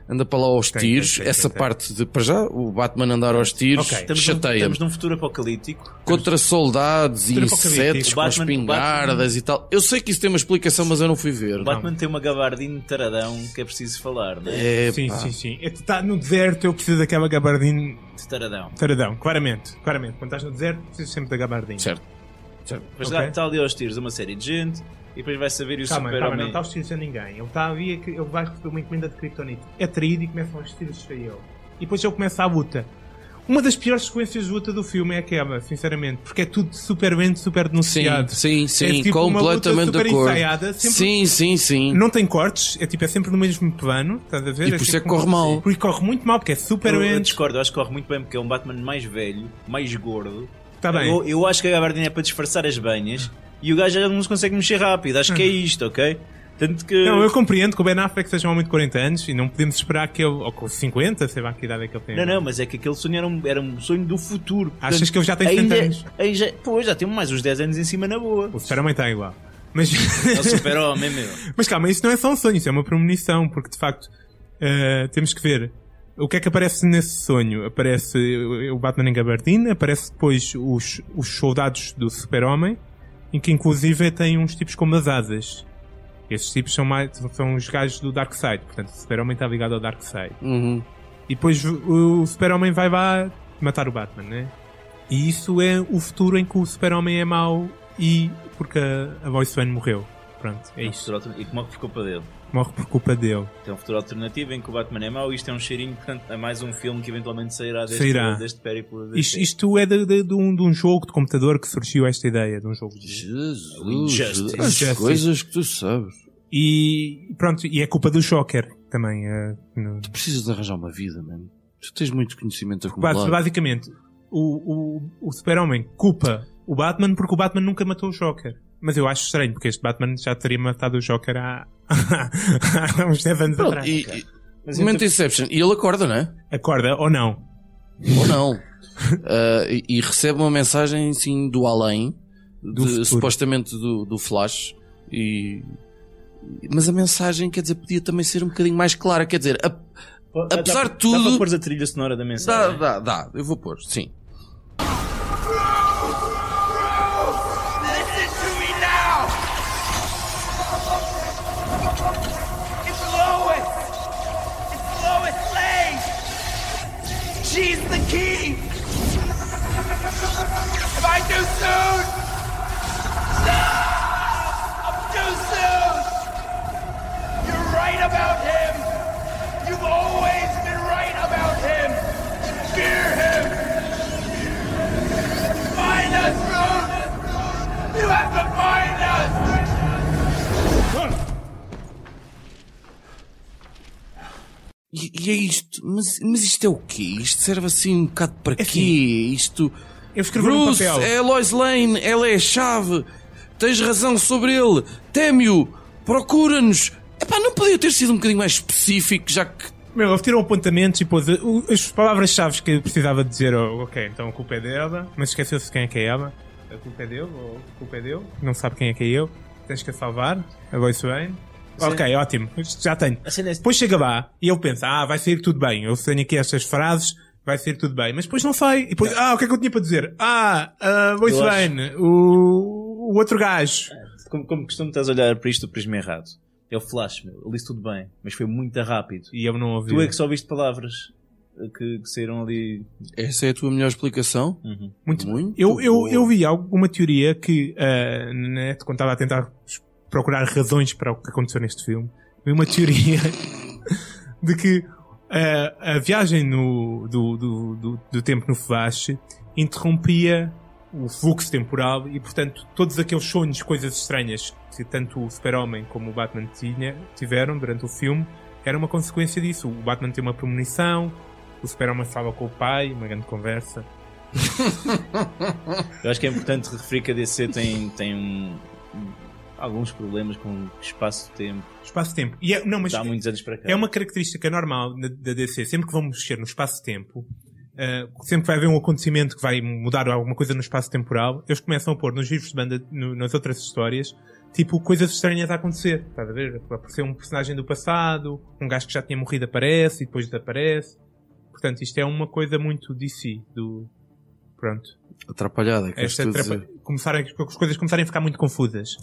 S2: Anda para lá aos
S3: Tem, tem,
S2: tiros,
S3: tem,
S2: essa
S3: tem, tem.
S2: parte de, para já, o Batman andar aos tiros,
S3: Ok. um-
S4: Estamos, num,
S2: chateia-me.
S4: estamos num futuro apocalíptico.
S2: Contra soldados e
S3: Futuro apocalíptico.
S2: insetos
S4: O
S2: com
S4: Batman- o
S2: espingardas e tal. Eu sei que isso tem uma explicação, mas eu não é? fui ver.
S4: O Batman tem uma gabardina de taradão que é preciso falar, não é?
S2: É,
S3: sim,
S2: pá.
S3: sim, sim. Está no deserto, eu preciso daquela gabardina
S4: De taradão.
S3: taradão. Claramente, claramente. Quando estás no deserto, precisas sempre da gabardina.
S2: Certo.
S4: Mas
S3: Ok.
S4: lá está ali aos tiros uma série de gente e depois vai saber e o
S3: Calma, calma, tá não
S4: super-homem.
S3: está aos tiros a ninguém. Ele está ali, é que ele vai receber uma encomenda de criptonite. É traído e começam os tiros a ele. E depois ele começa a luta. Uma das piores sequências de luta do filme é aquela, sinceramente, porque é tudo super bem, super
S2: Sim,
S3: denunciado.
S2: sim, sim,
S3: tipo uma
S2: completamente
S3: luta
S2: de
S3: super
S2: acordo.
S3: ensaiada, sempre- um
S2: Sim, sim, sim.
S3: Não tem cortes, é tipo, é sempre no mesmo plano, estás a ver?
S2: E por isso é que corre mal.
S3: Porque corre muito mal, porque é super
S4: Eu, eu
S3: bem.
S4: discordo, eu acho que corre muito bem porque é um Batman mais velho, mais gordo.
S3: Está tá bem.
S4: Eu, eu acho que a gabardina é para disfarçar as banhas e o gajo já não se consegue mexer rápido. Acho que é isto, ok? Tanto que.
S3: Hum. Não, eu compreendo que o Ben Affleck seja um homem de 40 anos e não podemos esperar que ele, ou com 50, sei lá que idade é que ele tem.
S4: Não, não, mas é que aquele sonho era um, era um sonho do futuro.
S3: Achas que ele já tem 70
S4: ainda,
S3: anos?
S4: aí já- Pois, já tem mais uns 10 anos em cima na boa.
S3: O Superman está igual. Mas,
S4: É o super-homem, meu.
S3: mas calma, isso não é só um sonho, isso é uma premonição, porque de facto eh, temos que ver o que é que aparece nesse sonho. Aparece eh, o Batman em gabardina, aparece depois os, os soldados do Super-Homem, em que inclusive tem uns tipos como as asas. Esses tipos são, mais, são os gajos do Darkseid, portanto o Super-Homem está ligado ao Darkseid.
S2: Uhum.
S3: E depois o Super-Homem vai lá matar o Batman, né? E isso é o futuro em que o Super-Homem é mau e porque a, a Lois Lane morreu. Pronto, é
S4: É um
S3: isso.
S4: futuro altern- E como é que ficou para dele?
S3: Morre por culpa dele.
S4: Tem um futuro alternativo em que o Batman é mau e isto é um cheirinho, portanto, é mais um filme que eventualmente sairá deste,
S3: Sairá.
S4: deste périplo. da
S3: Isto,
S4: DC.
S3: isto é de, de- de um, de um jogo de computador que surgiu esta ideia de um jogo de...
S2: Jesus,
S4: Injustice.
S2: as
S3: Injustice.
S2: coisas que tu sabes.
S3: E pronto, e é culpa do Joker também. eh, no-
S2: Tu precisas de arranjar uma vida, mano. Tu tens muito conhecimento
S3: Bas-
S2: acumulado.
S3: basicamente, o, o, o Super-Homem culpa o Batman porque o Batman nunca matou o Joker. Mas eu acho estranho, porque este Batman já teria matado o Joker há, há uns 10 anos
S2: Pronto,
S3: atrás.
S2: e, e,
S4: Mas
S2: momento
S4: então-
S2: Inception. E ele acorda, não é?
S3: Acorda ou não?
S2: Ou não? Ah, e, e recebe uma mensagem assim do além, de-
S3: futuro.
S2: supostamente do, do Flash. E. Mas a mensagem, quer dizer, podia também ser um bocadinho mais clara. Quer dizer, a-
S4: Pô, dá-
S2: apesar
S4: dá-
S2: de tudo-
S4: Dá para pôres a trilha sonora da
S2: Dá,
S4: mensagem.
S2: dá, dá. Eu vou pôr, sim.
S1: Listen to me now! It's Lois! It's Lois Lane! She's the key! Am I too soon? No! I'm too soon! You're right about him! You've always been right about him! Fear him! Find us, Lois! You have to find us!
S2: E, e é isto, mas, mas isto é o quê? Isto serve assim um bocado para
S3: É
S2: quê?
S3: assim,
S2: Isto.
S3: Eu escrevi no
S2: Bruce
S3: papel.
S2: é a Lois Lane, ela é a chave. Tens razão sobre ele. Teme-o, procura-nos. Epá, não podia ter sido um bocadinho mais específico, já que.
S3: Meu, ele tirou apontamentos e pôs o- as palavras-chave que eu precisava dizer. oh, ok, então a culpa é dela, mas esqueceu-se quem é que é ela. A culpa é dele, ou a culpa é dele. Não sabe quem é que é eu. Tens que a salvar, a Lois Wayne. Ok, ótimo. Isto Já tenho.
S4: A cena é-
S3: Depois chega lá e ele pensa, ah, vai sair tudo bem. Eu tenho aqui estas frases, vai sair tudo bem. Mas depois não sai. E depois, ah, o que é que eu tinha para dizer? Ah, ah, Lois
S4: Eu acho-
S3: Lane, o, o outro gajo.
S4: Como, como costumo, estás a olhar para isto do prisma errado. É o flash, meu. Ele disse tudo bem, mas foi muito rápido.
S3: E eu não ouvi.
S4: Tu é que só ouviste palavras eh, que, que saíram ali.
S2: Essa é a tua melhor explicação?
S3: Muito,
S2: Muito
S3: eu, eu,
S2: boa.
S3: eu vi alguma teoria que, ah, na net, quando estava a tentar procurar razões para o que aconteceu neste filme, vi uma teoria de que ah, a viagem no, do, do, do, do tempo no Flash interrompia o fluxo temporal e, portanto, todos aqueles sonhos, coisas estranhas que tanto o Super-Homem como o Batman tinha, tiveram durante o filme, era uma consequência disso. O Batman tem uma premonição, o Super-Homem fala com o pai, uma grande conversa.
S4: Eu acho que é importante referir que a DC tem, tem um- alguns problemas com espaço-tempo.
S3: Espaço-tempo. E é, não, mas
S4: Dá muitos anos para cá.
S3: é uma característica normal da, da DC. Sempre que vão mexer no espaço-tempo, ah, sempre que vai haver um acontecimento que vai mudar alguma coisa no espaço temporal, eles começam a pôr nos livros de banda, no- nas outras histórias, tipo, coisas estranhas a acontecer. Estás a ver? Apareceu um personagem do passado, um gajo que já tinha morrido aparece e depois desaparece. Portanto, isto é uma coisa muito DC, do... Pronto.
S2: Atrapalhada, é queres
S3: Esta é
S2: tu
S3: atrapa-
S2: dizer?
S3: começarem, as coisas começarem a ficar muito confusas.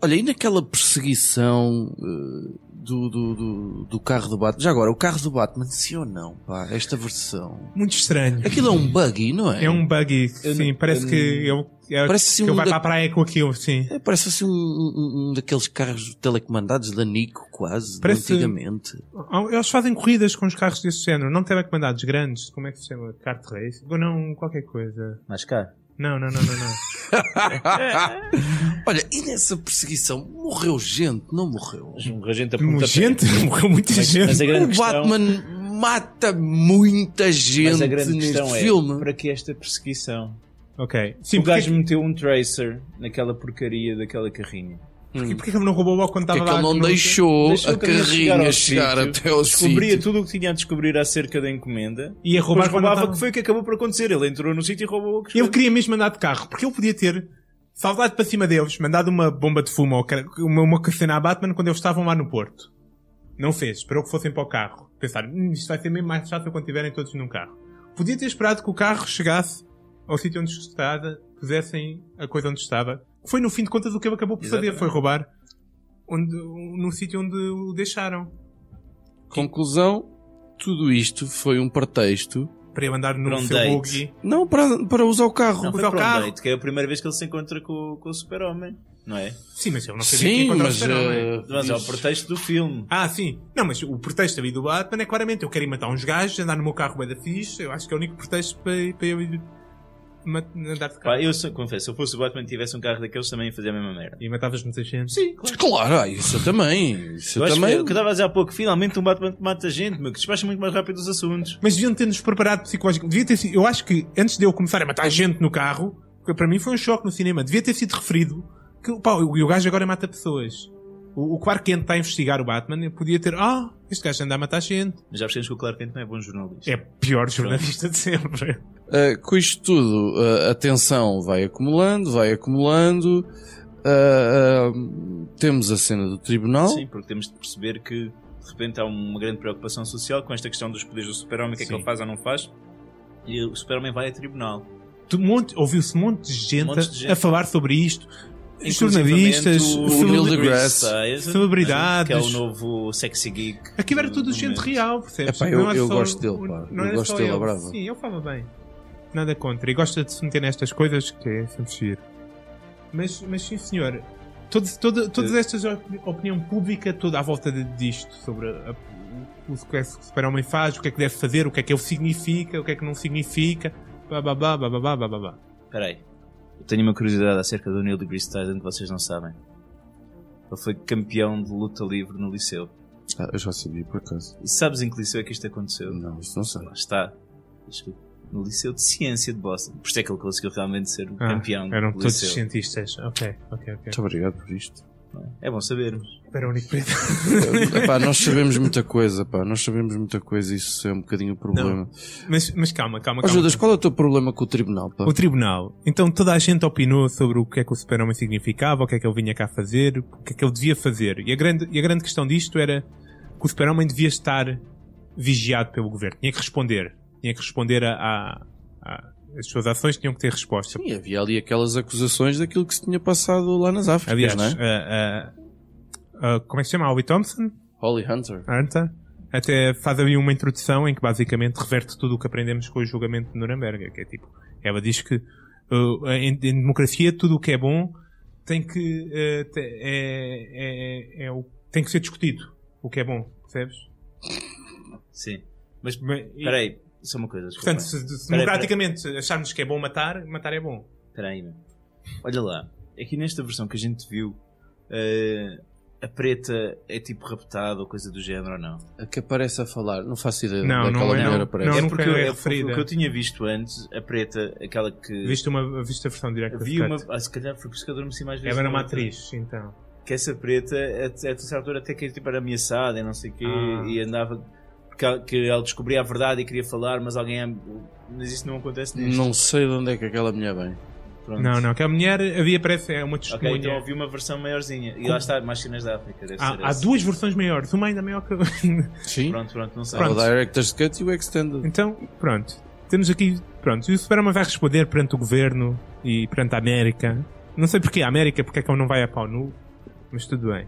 S2: Olha, e naquela perseguição eh, do, do, do, do carro do Batman? Já agora, o carro do Batman, sim ou não? Pá, esta versão.
S3: Muito estranho.
S2: Aquilo é um buggy, não é?
S3: É um buggy,
S4: Eu
S3: sim.
S4: não-
S3: parece
S4: eu
S3: que eu, é,
S2: Parece
S3: que eu
S2: um
S3: vai
S2: da-
S3: para a praia com aquilo, sim.
S2: É, Parece assim um, um- um daqueles carros telecomandados da Nico, quase,
S3: Parece-
S2: de antigamente.
S3: Eles fazem corridas com os carros desse género. Não têm comandados grandes. Como é que se chama? Kart race? Ou não, qualquer coisa.
S4: Mas cá.
S3: Não, não, não, não. não.
S2: Olha, e nessa perseguição morreu gente, não morreu?
S4: Morreu gente a
S3: Morreu
S4: pontapé.
S3: gente? Morreu muita
S4: Mas,
S3: gente.
S4: mas a grande
S2: O
S4: questão,
S2: Batman mata muita
S4: mas a
S2: gente
S4: grande
S2: neste
S4: questão é
S2: filme.
S4: para que esta perseguição?
S3: Ok. Sim,
S4: o
S3: porque, é
S4: gajo meteu um tracer naquela porcaria daquela carrinha.
S3: porque, porque é que não roubou logo quando
S2: Porque
S3: estava
S2: é
S3: lá?
S2: que ele não
S3: no-
S2: deixou
S4: Deixou
S2: a
S4: o caminhão ao
S2: carrinha chegar,
S4: sítio,
S2: até ao
S4: Descobria
S2: sítio.
S4: tudo o que tinha a descobrir acerca da encomenda.
S3: E ia roubar
S4: Mas
S3: quando
S4: roubava,
S3: estava-
S4: que foi o que acabou por acontecer. Ele entrou no sítio e roubou o que
S3: Ele queria mesmo andar de carro, porque ele podia ter saltado para cima deles, mandado uma bomba de fumo ou cara- uma, uma cena à Batman quando eles estavam lá no Porto. Não fez, esperou que fossem para o carro. Pensaram, "Hum, isto vai ser mesmo mais chato quando estiverem todos num carro. Podia ter esperado que o carro chegasse ao sítio onde estava, pusessem a coisa onde estava. que Foi no fim de contas o que ele acabou por fazer,
S4: Exatamente.
S3: foi roubar onde, no sítio onde o deixaram.
S2: Conclusão, tudo isto foi um pretexto,
S3: Para ele andar no
S4: Para um
S3: seu
S4: date.
S3: buggy.
S2: não para, para usar o carro.
S3: Mas
S4: Não, foi
S3: ao
S4: para um
S3: carro.
S4: date, que é a primeira vez que ele se encontra com, com o super-homem, não é?
S3: Sim, mas ele não sabia que
S2: Sim,
S3: encontrar o
S2: mas...
S3: Superman.
S2: eh,
S4: Mas é o pretexto do filme.
S3: Ah, sim. Não, mas o pretexto ali do Batman é claramente eu quero ir matar uns gajos, andar no meu carro bué da fixe. Eu acho que é o único pretexto para, para eu ir ma- andar de carro.
S4: Pá, eu sou- confesso, se eu fosse o Batman e tivesse um carro daqueles, também ia fazer a mesma merda.
S3: E matavas-me 600.
S4: Sim,
S2: Claro, ah, isso eu também. Isso
S4: Eu
S2: eu
S4: acho
S2: também.
S4: que, o que eu estava a dizer há pouco, finalmente um Batman que mata gente, meu, que despacha muito mais rápido os assuntos.
S3: Mas deviam ter-nos preparado psicológico. Devia ter sido, eu acho que antes de eu começar a matar gente no carro, que para mim foi um choque no cinema, devia ter sido referido que pá, o, o gajo agora mata pessoas. O, o Clark Kent está a investigar o Batman e podia ter, ah, este gajo anda a matar gente.
S4: Mas já percebemos que o Clark Kent não é bom jornalista.
S3: É pior jornalista de sempre.
S2: Uh, com isto tudo, uh, a tensão vai acumulando, vai acumulando. Uh, um, temos a cena do tribunal.
S4: Sim, porque temos de perceber que de repente há uma grande preocupação social com esta questão dos poderes do super-homem, o que é que
S3: Sim.
S4: ele faz ou não faz. E o super-homem vai a tribunal.
S3: Tu- monte- Ouviu-se um monte de gente,
S4: Monte de gente.
S3: a falar sobre isto. Jornalistas,
S4: Inclusivamente
S2: Neil
S3: celebra-
S2: deGrasse.
S4: Tyson,
S3: celebridades.
S4: Que é o novo sexy geek.
S3: Aquilo era
S4: do
S3: tudo
S4: momento.
S3: gente real, percebes?
S2: Epá, eu-
S3: era
S2: eu
S3: só
S2: gosto dele,
S3: o-
S2: pá.
S3: não
S2: Eu
S3: era
S2: gosto
S3: só
S2: dele,
S3: ele.
S2: é bravo.
S3: Sim, ele fala bem. Nada contra. E gosta de se meter nestas coisas, que é sempre giro. Mas, mas sim, senhor. Todas, toda, todas
S2: Eh.
S3: estas op- opinião pública toda à volta de- disto, sobre a- o que é que o super-homem faz, o que é que deve fazer, o que é que ele significa, o que é que não significa, blá blá blá blá blá blá blá blá.
S4: Espera aí. Eu tenho uma curiosidade acerca do Neil deGrasse Tyson que vocês não sabem. Ele foi campeão de luta livre no liceu.
S2: Ah, eu já sabia por acaso.
S4: E sabes em que liceu é que isto aconteceu?
S2: Não, isso não sei.
S4: Lá está. Isto No liceu de ciência de Boston. Por isso é que ele conseguiu realmente ser o
S3: Ah,
S4: campeão
S3: Eram
S4: do
S3: todos
S4: liceu.
S3: cientistas. Ok, ok, ok.
S2: Muito obrigado por isto.
S4: É bom sabermos.
S3: Para o único preto.
S2: Epá, Ah, nós sabemos muita coisa, pá. Nós sabemos muita coisa e isso é um bocadinho o problema.
S3: Mas, mas calma, calma,
S2: Ó
S3: calma.
S2: Judas, qual é o teu problema com o tribunal, pá?
S3: O tribunal. Então toda a gente opinou sobre o que é que o super-homem significava, o que é que ele vinha cá fazer, o que é que ele devia fazer. E a grande, e a grande questão disto era que o super-homem devia estar vigiado pelo governo. Tinha que responder. Tinha que responder a... a- a- as suas ações tinham que ter resposta.
S2: Sim, havia ali aquelas acusações daquilo que se tinha passado lá nas Áfricas,
S3: Aliás,
S2: não é?
S3: a- a- a- como é que se chama? A Holly Thompson?
S2: Holly Hunter.
S3: Anta, até faz ali uma introdução em que basicamente reverte tudo o que aprendemos com o julgamento de Nuremberg, que é tipo, ela diz que uh, em, em democracia tudo o que é bom tem que uh, te- é, é- é o- tem que ser discutido o que é bom, percebes?
S4: Sim. Mas
S3: Mas- e-
S4: espera aí, só uma coisa. desculpa.
S3: Portanto, se, se
S4: Peraí,
S3: democraticamente acharmos que é bom matar, matar é bom.
S4: Espera aí, meu. Olha lá. Aqui nesta versão que a gente viu, eh, a preta é tipo raptada ou coisa do género ou não?
S2: A que aparece a falar, não faço ideia
S3: Não,
S2: daquela
S3: não é,
S2: mulher
S3: não.
S2: aparece.
S3: Não.
S4: é
S3: nunca
S4: porque eu,
S3: é
S4: é
S3: referida.
S4: porque o que eu tinha visto antes, a preta, aquela que.
S3: Viste, uma, viste a versão direta
S4: Vi uma. Ah, se calhar foi por isso que eu adormeci mais vezes.
S3: Ela era
S4: na
S3: uma
S4: outra.
S3: atriz, então.
S4: Que essa preta, a, a certa altura, até que tipo, era ameaçada e não sei o quê,
S3: Ah.
S4: e andava. Que, ela- que ela descobria a verdade e queria falar, mas alguém. Mas isso não acontece neste.
S2: Não sei de onde é que aquela mulher vem.
S4: Pronto.
S3: Não, não, aquela mulher havia, parece, é uma
S4: Ok,
S3: testemunha.
S4: então ouvi uma versão maiorzinha. E
S3: Como? Ah,
S4: lá está, mais cenas da África. Deve ser
S3: há, há
S4: essa.
S3: duas versões maiores, uma ainda maior que
S2: Sim.
S4: Pronto, pronto, não sei.
S2: Há O Director's Cut e o Extended.
S3: Então, pronto. Temos aqui, pronto, e o Superman vai responder perante o governo e perante a América. Não sei porquê a América, porque é que ele não vai a pau nu, mas tudo bem.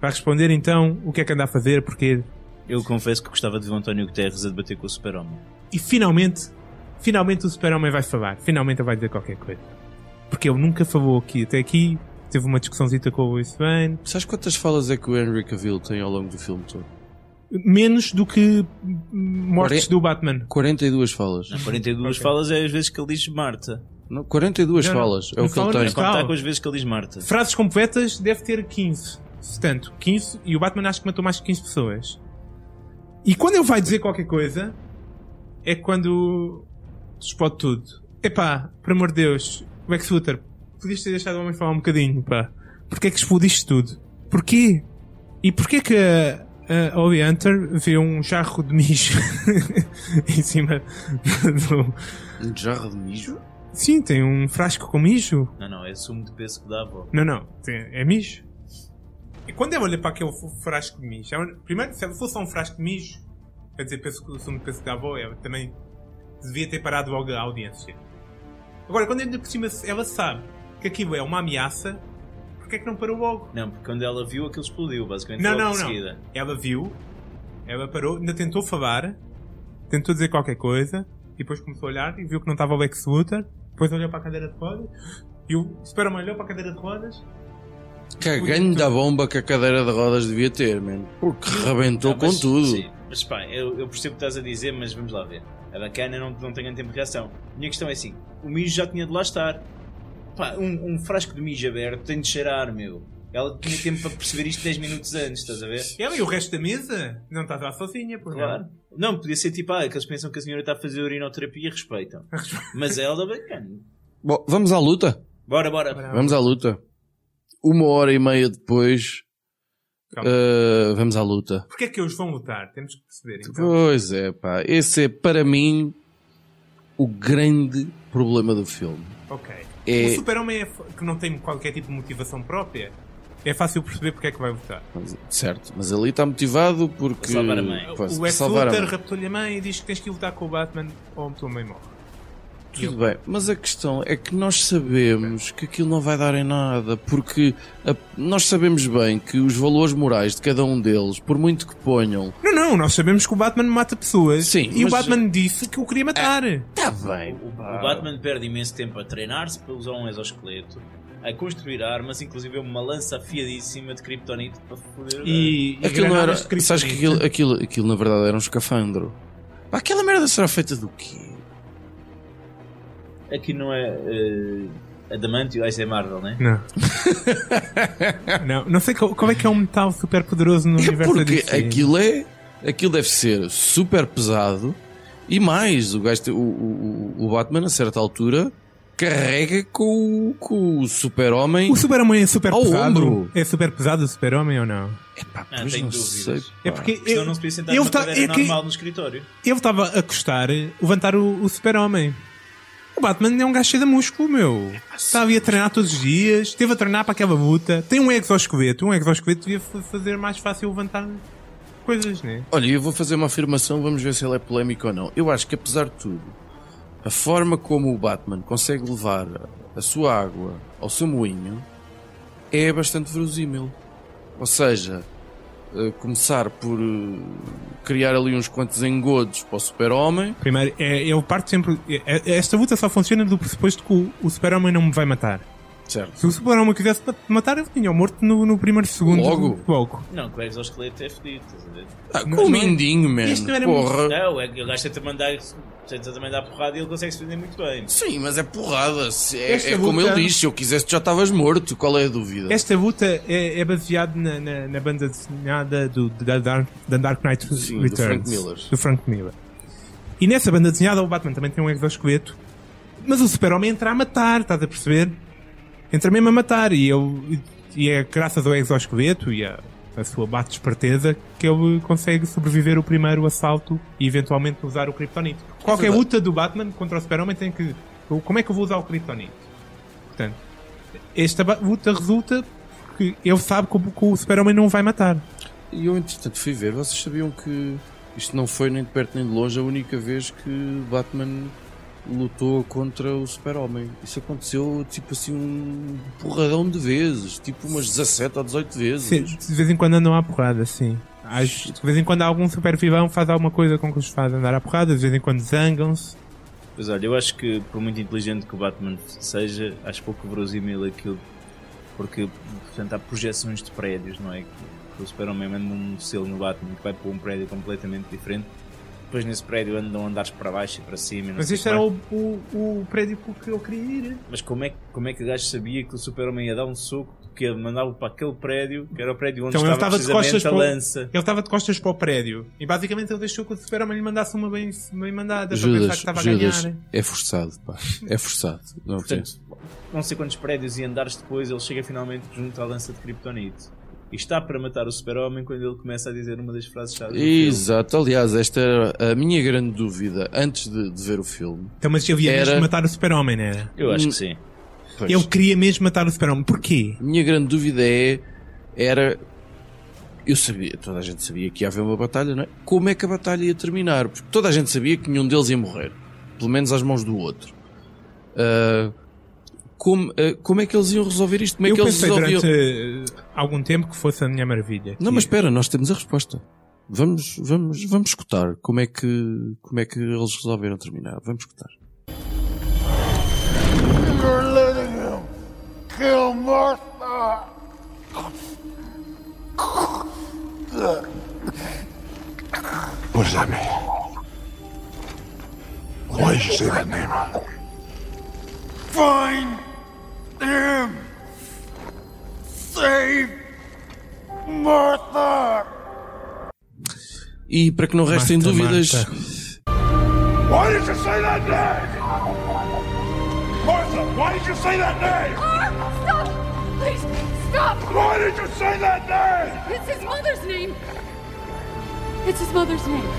S3: Vai responder então o que é que anda a fazer, porque...
S4: Eu confesso que gostava de ver o António Guterres a debater com o Super-Homem.
S3: E finalmente, finalmente o Super-Homem vai falar. Finalmente ele vai dizer qualquer coisa. Porque ele nunca falou aqui. Até aqui teve uma discussãozita com o Bruce Wayne,
S2: Sabes quantas falas é que o Henry Cavill tem ao longo do filme todo?
S3: menos do que hum, mortes
S2: Quarenta-
S3: do Batman.
S2: 42 falas.
S4: Não, 42
S3: Ok.
S4: falas é as vezes que ele diz Marta.
S2: Não, 42
S3: Não, não.
S2: falas é
S3: Não
S2: o que ele
S3: fala
S2: tem.
S4: É contar
S3: Calma.
S4: com as vezes que ele diz Marta.
S3: Frases completas deve ter 15. Portanto, 15. E o Batman acho que matou mais de 15 pessoas. E quando ele vai dizer qualquer coisa, é quando explode tudo. Epá, por amor de Deus, é Lex Luthor, podias ter deixado o homem falar um bocadinho, pá. Porquê é que explodiste tudo? Porquê? E porquê que a, a Holly Hunter vê um jarro de mijo em cima do...
S2: Um jarro de mijo?
S3: Sim, tem um frasco com mijo.
S4: Não, não, é sumo de peso que dá a avó.
S3: Não, não. Tem- É mijo. E quando eu olho para aquele fu- frasco de mijo, é um- primeiro, se fosse só um frasco de mijo, quer dizer, penso que o sumo de peso da avó, ela também devia ter parado logo a audiência. Agora, quando ainda por cima ela sabe que aquilo é uma ameaça, porque é que não parou logo?
S4: Não, porque quando ela viu aquilo explodiu, basicamente.
S3: Não,
S4: logo
S3: não,
S4: de
S3: não.
S4: seguida.
S3: Ela viu, ela parou, ainda tentou falar, tentou dizer qualquer coisa, e depois começou a olhar e viu que não estava o Lex Luthor, depois olhou para a cadeira de rodas, e o Superman olhou para a cadeira de rodas,
S2: Cagando da bomba que a cadeira de rodas devia ter, mano. Porque rebentou
S4: Não,
S2: com
S4: Ah, mas-
S2: tudo.
S4: Sim, mas pá, eu, eu percebo o que estás a dizer, mas vamos lá ver. A bacana não, não tem grande tempo de reação. A minha questão é assim: o mijo já tinha de lá estar. Pá, um, um frasco de mijo aberto tem de cheirar, meu. Ela tinha tempo para perceber isto 10 minutos antes, estás a ver?
S3: Ela é, e o resto da mesa? Não estás lá sozinha, por
S4: Claro. Não, podia ser tipo, ah, que eles pensam que a senhora está a fazer urinoterapia e respeitam. Mas ela, bacana.
S2: Bom, vamos à luta?
S4: Bora, bora.
S2: Vamos à luta. Uma hora e meia depois.
S3: Calma.
S2: eh, vamos à luta.
S3: Porquê é que eles vão lutar? Temos que perceber. Então.
S2: Pois é, pá. Esse é, para mim, o grande problema do filme.
S3: Ok.
S2: É-
S3: O super-homem é f- que não tem qualquer tipo de motivação própria. É fácil perceber porque é que vai lutar.
S2: Mas- Certo, mas ali está motivado porque.
S4: Para salvar a mãe.
S2: Pois,
S3: o
S2: para
S3: Lex
S2: salvar a
S3: Luthor
S2: mãe.
S3: raptou-lhe a mãe e diz que tens que ir lutar com o Batman ou o Homem morre.
S2: Tudo bem, mas a questão é que nós sabemos que aquilo não vai dar em nada, porque a- nós sabemos bem que os valores morais de cada um deles, por muito que ponham,
S3: Não, não, nós sabemos que o Batman mata pessoas.
S2: Sim,
S3: E o
S2: mas- É.
S3: Batman disse que o queria matar.
S2: está bem.
S4: O, o Batman perde imenso tempo a treinar-se para usar um exoesqueleto, a construir armas, inclusive é uma lança afiadíssima de kryptonite para foder o gajo.
S3: E, e
S2: Aquilo não era.
S3: granadas de
S2: Sabes que
S3: criptonita.
S2: aquilo, aquilo, aquilo na verdade era um escafandro. Pá, Aquela merda será feita do quê?
S3: Um
S4: Aqui não é eh, adamantio, ah, isso é Marvel, né?
S3: Não. não. Não sei qual, qual é que é um metal super poderoso no
S2: É
S3: universo
S2: porque
S3: DC.
S2: aquilo
S3: né?
S2: é. Aquilo deve ser super pesado e mais. O, gajo, te- o, o, o- o Batman, a certa altura, carrega com, o- com o super-homem.
S3: O Super-Homem é super
S2: Ao
S3: pesado.
S2: ombro.
S3: É super pesado o Super-Homem ou não?
S2: Epá,
S4: Ah,
S2: pois
S4: tenho
S2: não
S4: dúvidas.
S2: sei.
S3: É
S2: pá.
S3: porque
S4: Senão
S3: eu
S4: não se podia sentar
S3: eu
S4: numa
S3: ta-
S4: cadeira
S3: é que-
S4: normal no escritório.
S3: eu estava a custar levantar o, o Super-Homem. O Batman é um gajo cheio de músculo, meu. Está ali a treinar todos os dias, esteve a treinar para aquela luta. Tem um exoesqueleto. Um exoesqueleto devia fa- fazer mais fácil levantar coisas, né?
S2: Olha, eu vou fazer uma afirmação, vamos ver se ela é polémica ou não. Eu acho que, apesar de tudo, a forma como o Batman consegue levar a sua água ao seu moinho é bastante verosímil. Ou seja, eh, começar por eh, criar ali uns quantos engodos para o super-homem.
S3: Primeiro, é, eu parto sempre. é- é- esta luta só funciona do pressuposto que o, o Super-Homem não me vai matar.
S2: Certo.
S3: Se o Super-Homem quisesse ma- matar, ele tinha morto no, no primeiro segundo.
S2: Logo?
S3: do bloco.
S4: Não, que o exoesqueleto é fedido, estás a ver?
S2: Ah, com
S3: Mas
S2: o
S3: não é-
S2: mindinho, man.
S3: Isto era
S2: Porra.
S4: Não, é que o gajo tenta mandar, tenta também dar porrada e ele consegue se defender muito bem.
S2: Sim, mas é porrada. Se- É,
S3: Esta
S2: é como
S3: luta-
S2: ele diz, se eu quisesse já estavas morto. Qual é a dúvida?
S3: Esta luta é, é baseada na, na, na banda desenhada do, da, Dark- da Dark Knight
S2: Sim, do
S3: Returns.
S2: Frank Miller.
S3: do Frank Miller. E nessa banda desenhada, o Batman também tem um exoesqueleto. Mas o Super-Homem entra a matar, estás a perceber? Entra mesmo a matar. E, ele, e é graças ao exoesqueleto e à à sua bate-esperteza que ele consegue sobreviver o primeiro assalto e eventualmente usar o Kryptonite. Qualquer
S2: verdade.
S3: luta do Batman contra o Super-Homem tem que. Como é que eu vou usar o Kryptonite? Portanto, esta ba- luta resulta que ele sabe que o- que o Super-Homem não o vai matar.
S2: E eu, entretanto, fui ver. Vocês sabiam que isto não foi nem de perto nem de longe a única vez que Batman lutou contra o Super-Homem. Isso aconteceu, tipo assim, um porradão de vezes. Tipo umas 17 ou 18
S3: Sim,
S2: vezes.
S3: de vez em quando andam à porrada, sim. Às- de vez em quando algum super vilão faz alguma coisa com que os faz andar à porrada, de vez em quando zangam-se.
S4: Pois olha, eu acho que por muito inteligente que o Batman seja, acho pouco verosímil aquilo, porque portanto, há projeções de prédios, não é? Que- Que o Super-Homem manda um selo no Batman que vai para um prédio completamente diferente. Depois nesse prédio andam andares para baixo e para cima. e Não
S3: Mas
S4: sei
S3: este
S4: o que
S3: era
S4: mais.
S3: o, o, o prédio que eu queria ir.
S4: Mas como é, que- como é que o gajo sabia que o Super-Homem ia dar um soco que ia mandá-lo para aquele prédio, que era o prédio onde
S3: Então ele
S4: estava,
S3: estava de costas
S4: precisamente a
S3: para um- o-
S4: lança?
S3: Ele estava de costas para o prédio e basicamente ele deixou que o Super-Homem lhe mandasse uma bem, bem mandada para pensar que
S2: Judas,
S3: estava a
S2: Judas,
S3: ganhar. né?
S2: é forçado, pá. É forçado. Não,
S4: Portanto, não sei quantos prédios e andares depois, ele chega finalmente junto à lança de Kryptonite. E está para matar o Super-Homem quando ele começa a dizer uma das frases chaves. do filme.
S2: Exato, aliás, esta era a minha grande dúvida antes de, de ver o filme.
S3: Então, mas ele ia
S2: Era-
S3: mesmo matar o Super-Homem, não era?
S4: Eu acho que sim.
S2: Pois.
S3: Ele queria mesmo matar o Super-Homem. Porquê?
S2: A minha grande dúvida é era eu sabia, toda a gente sabia que ia haver uma batalha, não é? Como é que a batalha ia terminar? Porque toda a gente sabia que nenhum deles ia morrer, pelo menos às mãos do outro. Ah, como, ah, como é que eles iam resolver isto? Como é
S3: eu
S2: que eles
S3: pensei
S2: resolviam?
S3: durante eh, algum tempo que fosse a minha maravilha.
S2: Não,
S3: Que-
S2: mas espera, nós temos a resposta. Vamos, vamos, vamos escutar como é que como é que eles resolveram terminar. Vamos escutar.
S1: You're letting him kill Martha.
S6: What does that mean? Why did you say that name?
S1: Find him. Save Martha.
S2: E para que não restem
S3: Marta,
S2: dúvidas,
S3: Marta.
S1: Why did you say that name? Martha, why did you say that name?
S7: Stop! Please, stop!
S1: Why did you say that name?
S7: It's his mother's name! It's his mother's name.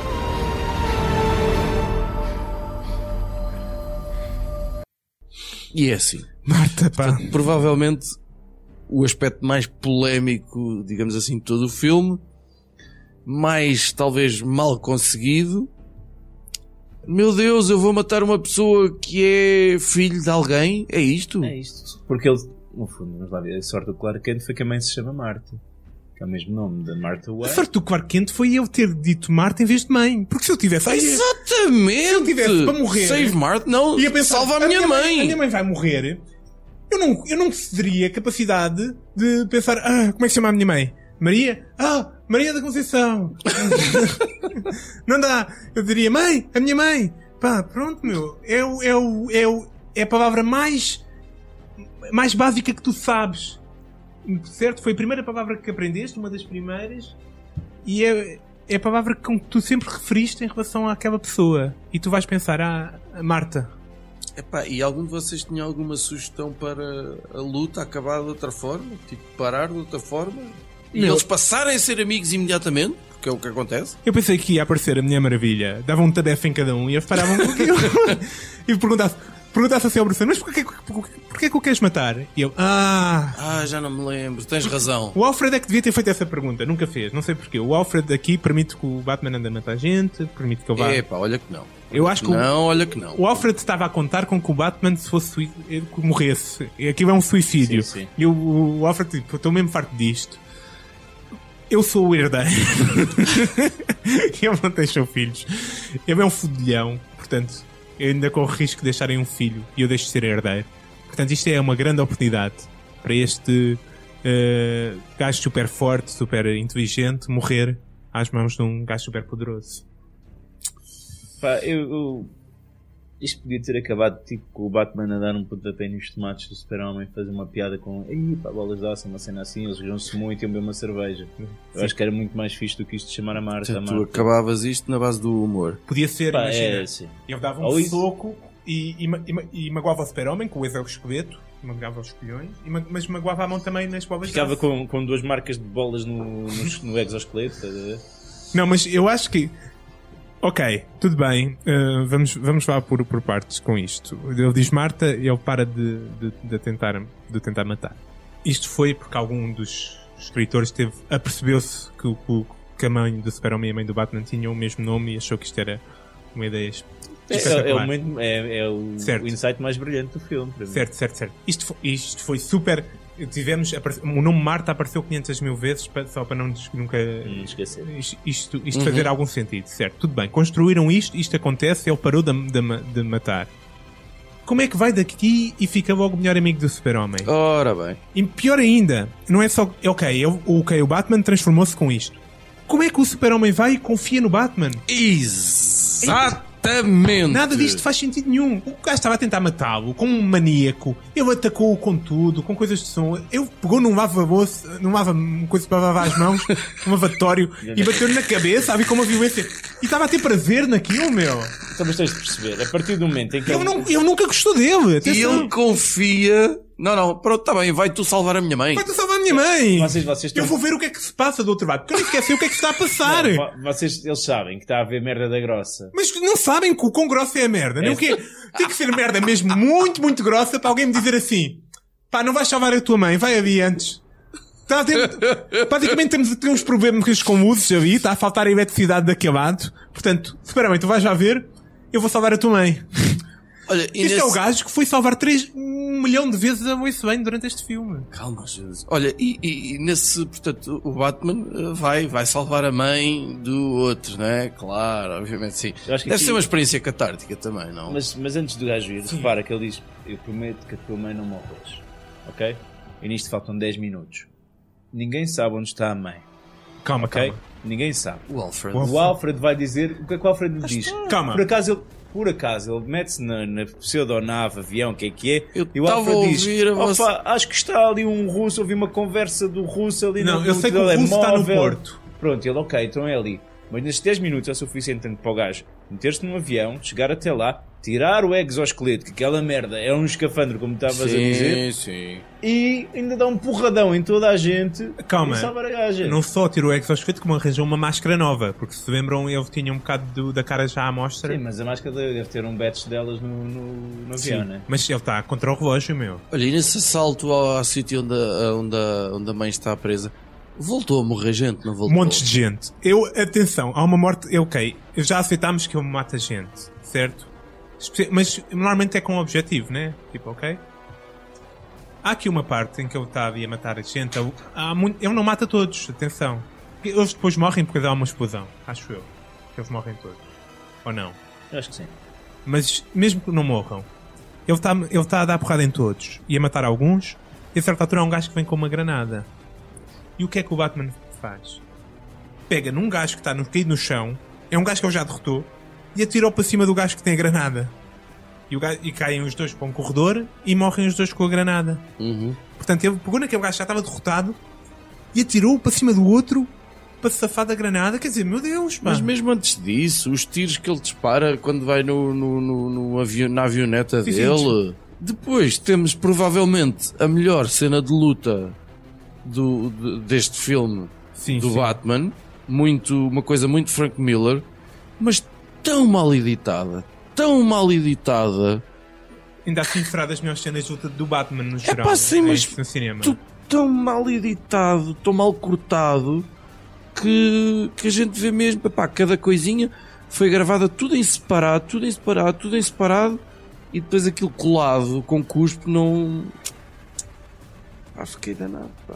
S2: e é assim.
S3: Marta, pá.
S2: provavelmente o aspecto mais polémico, digamos assim, de todo o filme, mais talvez mal conseguido. Meu Deus, eu vou matar uma pessoa que é filho de alguém? É isto?
S4: É isto. Porque ele, no fundo, vamos lá ver, a sorte do Clark Kent foi que a mãe se chama Marta. Que é o mesmo nome da Marta
S3: A
S4: Wayne.
S3: sorte do Clark Kent foi eu ter dito Marta em vez de mãe. Porque se eu tivesse. "Ai,
S2: Exatamente!
S3: eu tivesse para morrer-
S2: Save Mart, não,
S3: ia pensar,
S2: salva a minha, mãe!
S3: A minha mãe vai morrer. Eu não, eu não teria capacidade de pensar, ah, como é que se chama a minha mãe? Maria? Ah, Maria da Conceição. não dá. Eu diria, mãe, a minha mãe. Pá, pronto, meu. É, o, é, o, é, o, é a palavra mais, mais básica que tu sabes. Certo? Foi a primeira palavra que aprendeste, uma das primeiras. E é, é a palavra com que tu sempre referiste em relação àquela pessoa. E tu vais pensar, ah, a Marta.
S2: Epá, e algum de vocês tinha alguma sugestão para a luta acabar de outra forma? Tipo, parar de outra forma? E eles passarem a ser amigos imediatamente? Porque é o que acontece.
S3: Eu pensei que ia aparecer a Mulher Maravilha, dava um tarefa em cada um e eles paravam com aquilo. e perguntasse, perguntasse assim ao Bruce Wayne, mas porquê, porquê, porquê que o queres matar? E eu, ah...
S2: Ah, já não me lembro, tens razão.
S3: O Alfred é que devia ter feito essa pergunta, nunca fez, não sei porquê. O Alfred aqui permite que o Batman ande a matar gente, permite que eu vá.
S2: Epá, olha que não.
S3: Eu acho que o-
S2: Não, olha que não.
S3: O Alfred estava a contar com que o Batman se fosse sui- eh, que morresse. E Aquilo é um suicídio.
S4: Sim, sim.
S3: E o, o Alfred, tipo, estou mesmo farto disto. Eu sou o herdeiro. Ele não tem seus filhos. Ele é um fodilhão. Portanto, eu ainda corro risco de deixarem um filho. E eu deixo de ser herdeiro. Portanto, isto é uma grande oportunidade para este eh, gajo super forte, super inteligente, morrer às mãos de um gajo super poderoso.
S4: Pá, eu, eu- Isto podia ter acabado tipo com o Batman a dar um pontapé nos tomates do Super-Homem, fazer uma piada com. Ih, pá, bolas de aço, uma cena assim, eles riam-se muito e iam beber uma cerveja. Eu acho que era muito mais fixe do que isto de chamar a Marta. a
S2: Portanto, tu
S4: Marta.
S2: acabavas isto na base do humor.
S3: Podia ser,
S4: Pá,
S3: imagina.
S4: é, sim.
S3: Eu dava um
S4: Ou isso.
S3: soco e, e, ma- e, ma- e magoava o super-homem com o ex esqueleto, magoava os colhões, e ma- mas magoava a mão também nas bolas de
S4: Ficava
S3: aço.
S4: com, com duas marcas de bolas no, no, no exoesqueleto, estás a ver?
S3: Não, mas eu acho que. Ok, tudo bem, eh, vamos, vamos lá por, por partes com isto. Ele diz Marta e ele para de, de, de tentar, de tentar matar. Isto foi porque algum dos escritores teve, apercebeu-se que, o- que, o- que a mãe do Super-Homem e a mãe do Batman tinham o mesmo nome e achou que isto era uma ideia es- espetacular.
S4: É, é o, momento- é- é o-
S3: Certo.
S4: o insight mais brilhante do filme, para mim.
S3: Certo, certo, certo. Isto foi, isto foi super. Tivemos. apare- O nome Marta apareceu 500 mil vezes pa- só para não nos- nunca.
S4: Não esquecer.
S3: Isto, isto, isto fazer algum sentido, certo? Tudo bem. Construíram isto, isto acontece, ele parou de, de ma- de matar. Como é que vai daqui e fica logo o melhor amigo do Super-Homem?
S2: Ora bem.
S3: E pior ainda, não é só. Ok, eu, ok, o Batman transformou-se com isto. Como é que o Super-Homem vai e confia no Batman?
S2: Exatamente!
S3: Nada disto faz sentido nenhum. O gajo estava a tentar matá-lo com um maníaco. Ele atacou-o com tudo, com coisas de som. Ele pegou num lava-bolso, num lava uma coisa para lavar as mãos, um lavatório, e bateu-lhe na cabeça, sabe, com uma violência. E estava a ter prazer naquilo, meu.
S4: Então, mas tens de perceber, a partir do momento em que
S3: Eu, não, eu nunca gostou dele.
S2: E ele
S3: Atenção.
S2: confia. Não, não, pronto, tá bem, vai tu salvar a minha mãe.
S3: Vai-te salvar a minha mãe.
S4: Vocês- vocês
S3: eu
S4: estão-
S3: vou ver o que é que se passa do outro lado, porque eu nem esqueci o que é que está a passar.
S4: Vo- Vocês, eles sabem que está a haver merda da grossa.
S3: Mas não sabem que o quão grossa é a merda, nem o quê? Tem que ser merda mesmo muito, muito grossa para alguém me dizer assim: pá, não vais salvar a tua mãe, vai ali antes. Tá a ter, praticamente temos, temos uns problemas com usos ali, está a faltar eletricidade daquele lado. Portanto, espera bem, tu vais já ver, eu vou salvar a tua mãe.
S2: Olha, e
S3: Este é o
S2: nesse-
S3: gajo que foi salvar 3 milhão de vezes a Bruce Wayne durante este filme.
S2: Calma, Jesus. Olha, e, e- e nesse, portanto, o Batman eh, vai, vai salvar a mãe do outro, né? Claro, obviamente sim.
S4: Eu acho que
S2: Deve
S4: aqui-
S2: ser uma experiência catártica também, não?
S4: Mas, mas antes do gajo ir, repara que ele diz: Eu prometo que a tua mãe não morre hoje. Ok? E nisto faltam 10 minutos. Ninguém sabe onde está a mãe.
S3: Calma,
S4: Ok?
S3: calma.
S4: Ninguém sabe.
S2: O Alfred.
S3: Uau.
S4: O Alfred vai dizer o que é que o Alfred lhe diz.
S3: Calma.
S4: Por acaso ele. Por acaso, ele mete-se na, na pseudonave, avião, o que é que é,
S2: Eu
S4: e o
S2: tava
S4: Alfred
S2: a
S4: diz,
S2: ouvir a
S4: "Opa,
S2: vossa-
S4: acho que está ali um russo, ouvi uma conversa do russo ali
S3: Não,
S4: no
S3: eu
S4: no
S3: sei que o russo está no
S4: telemóvel."
S3: Porto.
S4: Pronto, ele, ok, então é ali. Mas nesses 10 minutos é suficiente tanto para o gajo meter-se num avião, chegar até lá, tirar o exoesqueleto, que aquela merda é um escafandro, como estavas a dizer,
S2: Sim, sim.
S4: e ainda dá um porradão em toda a gente
S3: Calma.
S4: e salvar a gaja.
S3: Não só tirou o exoesqueleto, como arranjou uma máscara nova, porque se lembram, ele tinha um bocado do- da cara já à mostra.
S4: Sim, mas a máscara deve ter um batch delas no, no, no avião, né?
S3: Mas ele está contra o relógio, meu.
S2: Olha, e nesse assalto ao, ao sítio onde, a- onde, a- onde a mãe está presa, voltou a morrer gente, não voltou?
S3: Montes Um de gente. Eu, atenção, há uma morte. eu, Ok, já aceitámos que ele mata gente, certo? Espe- Mas normalmente é com um objetivo, né? Tipo, ok? Há aqui uma parte em que ele está ali a matar a gente. Ele, há muito- ele não mata todos, atenção. Eles depois morrem porque dá uma explosão, acho eu. Eles morrem todos. Ou não?
S4: Eu acho que sim.
S3: mas mesmo que não morram, ele está ele tá a dar porrada em todos e a matar alguns, e a certa altura há um gajo que vem com uma granada. E o que é que o Batman faz? Pega num gajo que está no, caído no chão, é um gajo que ele já derrotou, e atira-o para cima do gajo que tem a granada. E, o gajo- e caem os dois para um corredor e morrem os dois com a granada.
S2: Uhum.
S3: Portanto, ele pegou naquele gajo que já estava derrotado e atirou para cima do outro para se safar da granada, quer dizer, meu Deus, pá.
S2: Mas mesmo antes disso, os tiros que ele dispara quando vai no, no, no- no avi- na avioneta
S3: Sim, sim,
S2: dele. Depois temos provavelmente a melhor cena de luta do, de- deste filme
S3: Sim,
S2: do
S3: sim.
S2: Batman. Muito, uma coisa muito Frank Miller, mas tão mal editada. Tão mal editada.
S3: Ainda assim será das melhores cenas de luta do Batman no
S2: É
S3: geral.
S2: pá, sim,
S3: é
S2: mas
S3: isso no cinema.
S2: tu- tão mal editado, tão mal cortado, que, que a gente vê mesmo, pá, cada coisinha foi gravada tudo em separado, tudo em separado, tudo em separado, e depois aquilo colado com cuspo não. Pá, fiquei danado, pá.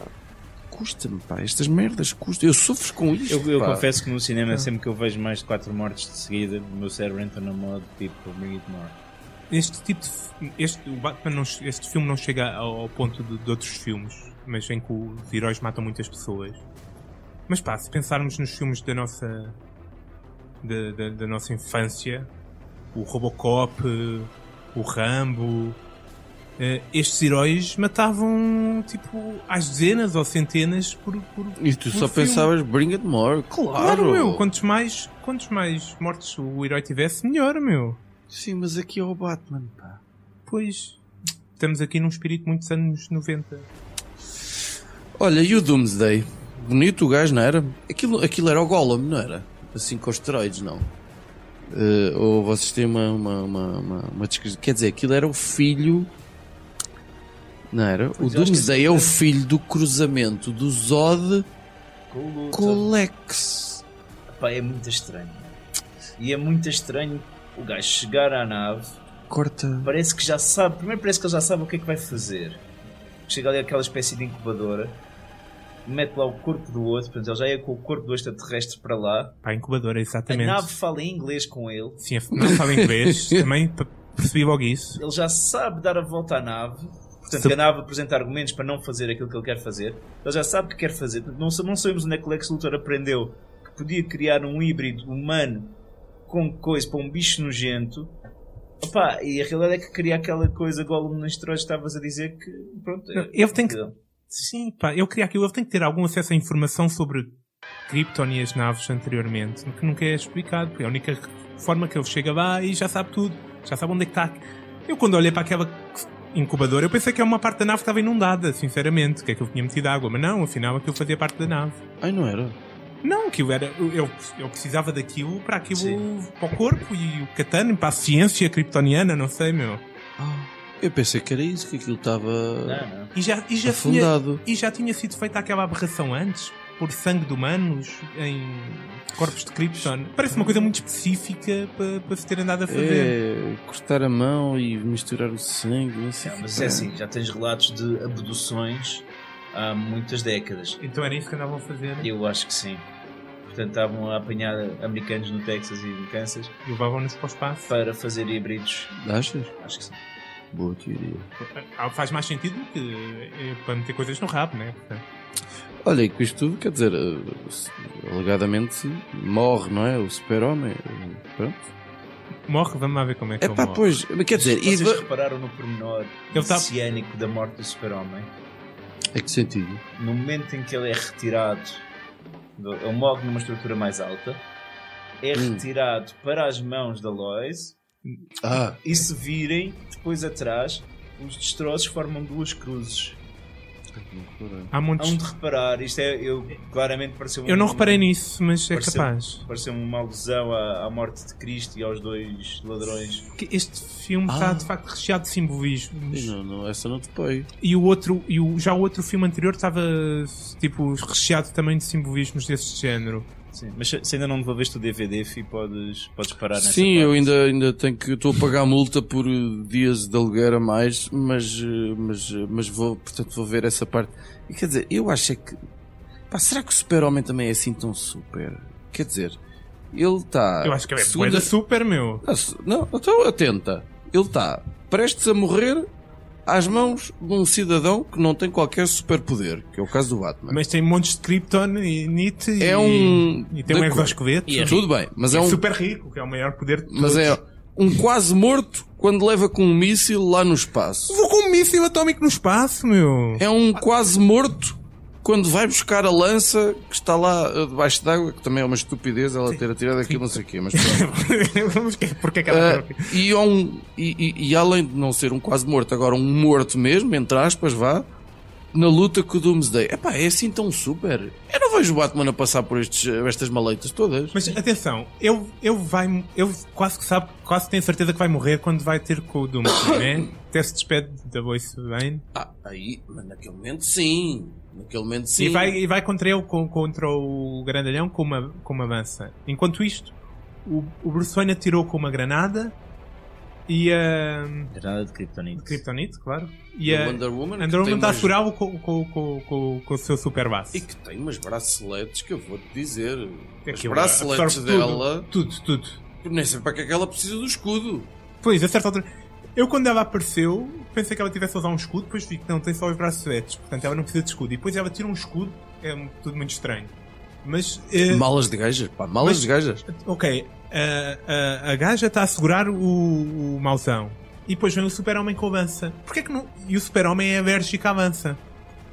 S2: Custa-me, pá, estas merdas custam. Eu sofro com isto.
S4: Eu, eu
S2: pá. Ah.
S4: confesso que no cinema, sempre que eu vejo mais de 4 mortes de seguida, o meu cérebro entra no modo tipo Bring It More.
S3: Este tipo de. fi- Este, o Batman não, che- este filme não chega ao, ao ponto de, de outros filmes, mas em que os heróis matam muitas pessoas. Mas pá, se pensarmos nos filmes da nossa. da, da- da nossa infância, o Robocop, o Rambo. eh, estes heróis matavam tipo às dezenas ou centenas por. por
S2: E tu
S3: por
S2: só
S4: um
S3: filme.
S2: pensavas, bring it more,
S3: Claro,
S2: claro.
S3: meu, quantos mais, quantos mais mortes o herói tivesse, melhor, meu.
S2: Sim, mas aqui é o Batman, pá.
S3: Pois, estamos aqui num espírito muito dos anos 90.
S2: Olha, e o Doomsday? Bonito o gajo, não era? Aquilo, aquilo era o Gollum, não era? Assim com os esteroides, não? Eh, ou vocês têm uma, uma, uma, uma, uma descrição? Quer dizer, aquilo era o filho. Não era? O Doomsday é o filho do cruzamento do Zod
S4: Cool,
S2: com o Lex.
S4: Pá, é muito estranho. E é muito estranho o gajo chegar à nave,
S2: Corta.
S4: parece que já sabe, primeiro parece que ele já sabe o que é que vai fazer. Chega ali aquela espécie de incubadora, mete lá o corpo do outro, portanto ele já ia com o corpo do extraterrestre para lá,
S3: Para a incubadora,
S4: a
S3: exatamente.
S4: nave fala em inglês com ele,
S3: Sim, não sabe inglês, também p- percebi logo isso.
S4: ele já sabe dar a volta à nave. Portanto,
S3: Se-
S4: a nave apresenta argumentos para não fazer aquilo que ele quer fazer. Ele já sabe o que quer fazer. Portanto, Não, sa- não sabemos onde é que o Lex Luthor aprendeu que podia criar um híbrido humano com coisa para um bicho nojento. Opa, e a realidade é que cria aquela coisa Gollum nas estrelas estavas a dizer que pronto.
S3: Não,
S4: é-
S3: ele tem que- Sim, pá, eu queria aquilo, ele tem que ter algum acesso à informação sobre Krypton e as naves anteriormente, que nunca é explicado, porque é a única forma que ele chega lá e já sabe tudo, já sabe onde é que está. Eu quando olhei para aquela incubadora, eu pensei que era uma parte da nave que estava inundada, sinceramente, que é que eu tinha metido água, mas não, afinal aquilo fazia parte da nave.
S2: Ai, não era?
S3: Não, aquilo era. Eu, eu precisava daquilo para aquilo.
S4: Sim.
S3: para o corpo e o Catano, para a ciência kryptoniana, não sei, meu.
S2: Ah, eu pensei que era isso, que aquilo estava
S4: Não, não.
S3: E já, e já, tinha,
S2: afundado.
S3: e já tinha sido feita aquela aberração antes, por sangue de humanos em corpos de Krypton. Parece uma coisa muito específica para, para se terem dado a fazer.
S2: É, cortar a mão e misturar o sangue, não sei. o
S4: Não,
S2: que
S4: mas é assim, já tens relatos de abduções há muitas décadas.
S3: Então era isso que andavam a fazer. E
S4: Eu acho que sim. Portanto, estavam a apanhar americanos no Texas e no Kansas
S3: levavam-nos para o espaço.
S4: para fazer híbridos.
S2: Achas?
S4: Acho que sim.
S2: Boa teoria.
S3: Ah, Faz mais sentido do que eh, para meter coisas no rabo, né? Portanto,
S2: Olha, e com isto tudo, quer dizer, eh, se- alegadamente morre, não é? O super-homem. eh, Pronto.
S3: Morre, vamos lá ver como é que
S2: É
S3: ele
S2: pá,
S3: morre.
S2: pois, mas quer dizer,
S4: Vocês
S2: e-
S4: repararam no pormenor
S3: Ele tá-
S4: oceânico da morte do super-homem?
S2: é que sentido?
S4: No momento em que ele é retirado, do- ele morre numa estrutura mais alta, é
S2: Hum.
S4: retirado para as mãos da Lois
S2: Ah,
S4: e se virem, depois atrás, os destroços formam duas cruzes.
S3: Há
S4: Há
S3: montes.
S4: um de reparar, isto é, eu claramente pareceu
S3: Eu não reparei nisso, mas é
S4: Pareceu-
S3: capaz.
S4: Pareceu uma alusão à, à morte de Cristo e aos dois ladrões.
S3: que este filme está de facto recheado de simbolismos
S2: não, não, essa não te põe.
S3: e o outro e o, já o outro filme anterior estava tipo recheado também de simbolismos desse género
S4: Sim, mas se se ainda não devolveste o DVD, fi, podes, podes parar nessa
S2: Sim, eu
S4: parte.
S2: ainda, ainda tenho que. Estou a pagar multa por eh, dias de aluguer a mais, mas, eh, mas, eh, mas vou, portanto, vou ver essa parte. E quer dizer, eu acho é que. Pá, será que o super-homem também é assim tão super? Quer dizer, ele está.
S3: eu acho que é
S2: segunda-
S3: Segunda... super meu
S2: Ah, se- Não, então atenta. Ele está prestes a morrer às mãos de um cidadão que não tem qualquer superpoder, que é o caso do Batman.
S3: mas tem montes de Krypton e Nit e-
S2: É um-
S3: e
S2: de
S3: tem um
S2: acordo.
S3: exoesqueleto
S2: Tu- Tudo bem, mas é,
S3: é
S2: um,
S3: super rico que é o maior poder de
S2: mas é
S3: todos.
S2: um quase morto quando leva com um míssil lá no espaço.
S3: vou com um míssil atómico no espaço meu
S2: É um quase morto quando vai buscar a lança que está lá eh, debaixo d'água, que também é uma estupidez ela ter atirado aquilo, não sei o quê, mas pronto.
S3: Porquê que
S2: Ah,
S3: ela.
S2: e, há um- e- e- e além de não ser um quase morto, agora um morto mesmo, entre aspas, vá, na luta com o Doomsday. Epá, é assim tão super. Eu não vejo o Batman a passar por estes, estas maleitas todas.
S3: Mas atenção, ele, ele vai. Ele quase que sabe, quase tem certeza que vai morrer quando vai ter com o Doomsday, né? Até se despede da Voice Bane.
S2: Ah, aí, mas naquele momento sim. Naquele momento sim.
S3: E vai, e vai contra ele, com, contra o grandalhão, com uma, com uma lança. Enquanto isto, o, o Bruce Wayne atirou com uma granada e a.
S4: Granada de Kryptonite.
S3: Kryptonite, claro.
S2: E
S3: E a.
S2: o Wonder Woman, tá que
S3: Wonder
S2: tem
S3: Woman está a
S2: umas-
S3: furá-lo com, com, com, com, com o seu super
S2: E
S3: base.
S2: que tem umas braceletes que eu vou-te dizer. As
S3: Aquilo
S2: braceletes
S3: absorve tudo,
S2: dela,
S3: Tudo, tudo.
S2: nem sei para que é que ela precisa do escudo.
S3: Pois, a certa altura. Eu, quando ela apareceu, pensei que ela tivesse a usar um escudo, depois vi que não, tem só os braceletes. Portanto, ela não precisa de escudo. E depois ela tira um escudo, é um- tudo muito estranho. Mas. eh,
S2: Malas de gajas, pá, malas
S3: Mas-
S2: de gajas.
S3: Ok, eh, a, a, a gaja está a segurar o, o mauzão. E depois vem o super-homem com a lança. Porquê que não... E o super-homem é alérgico à lança.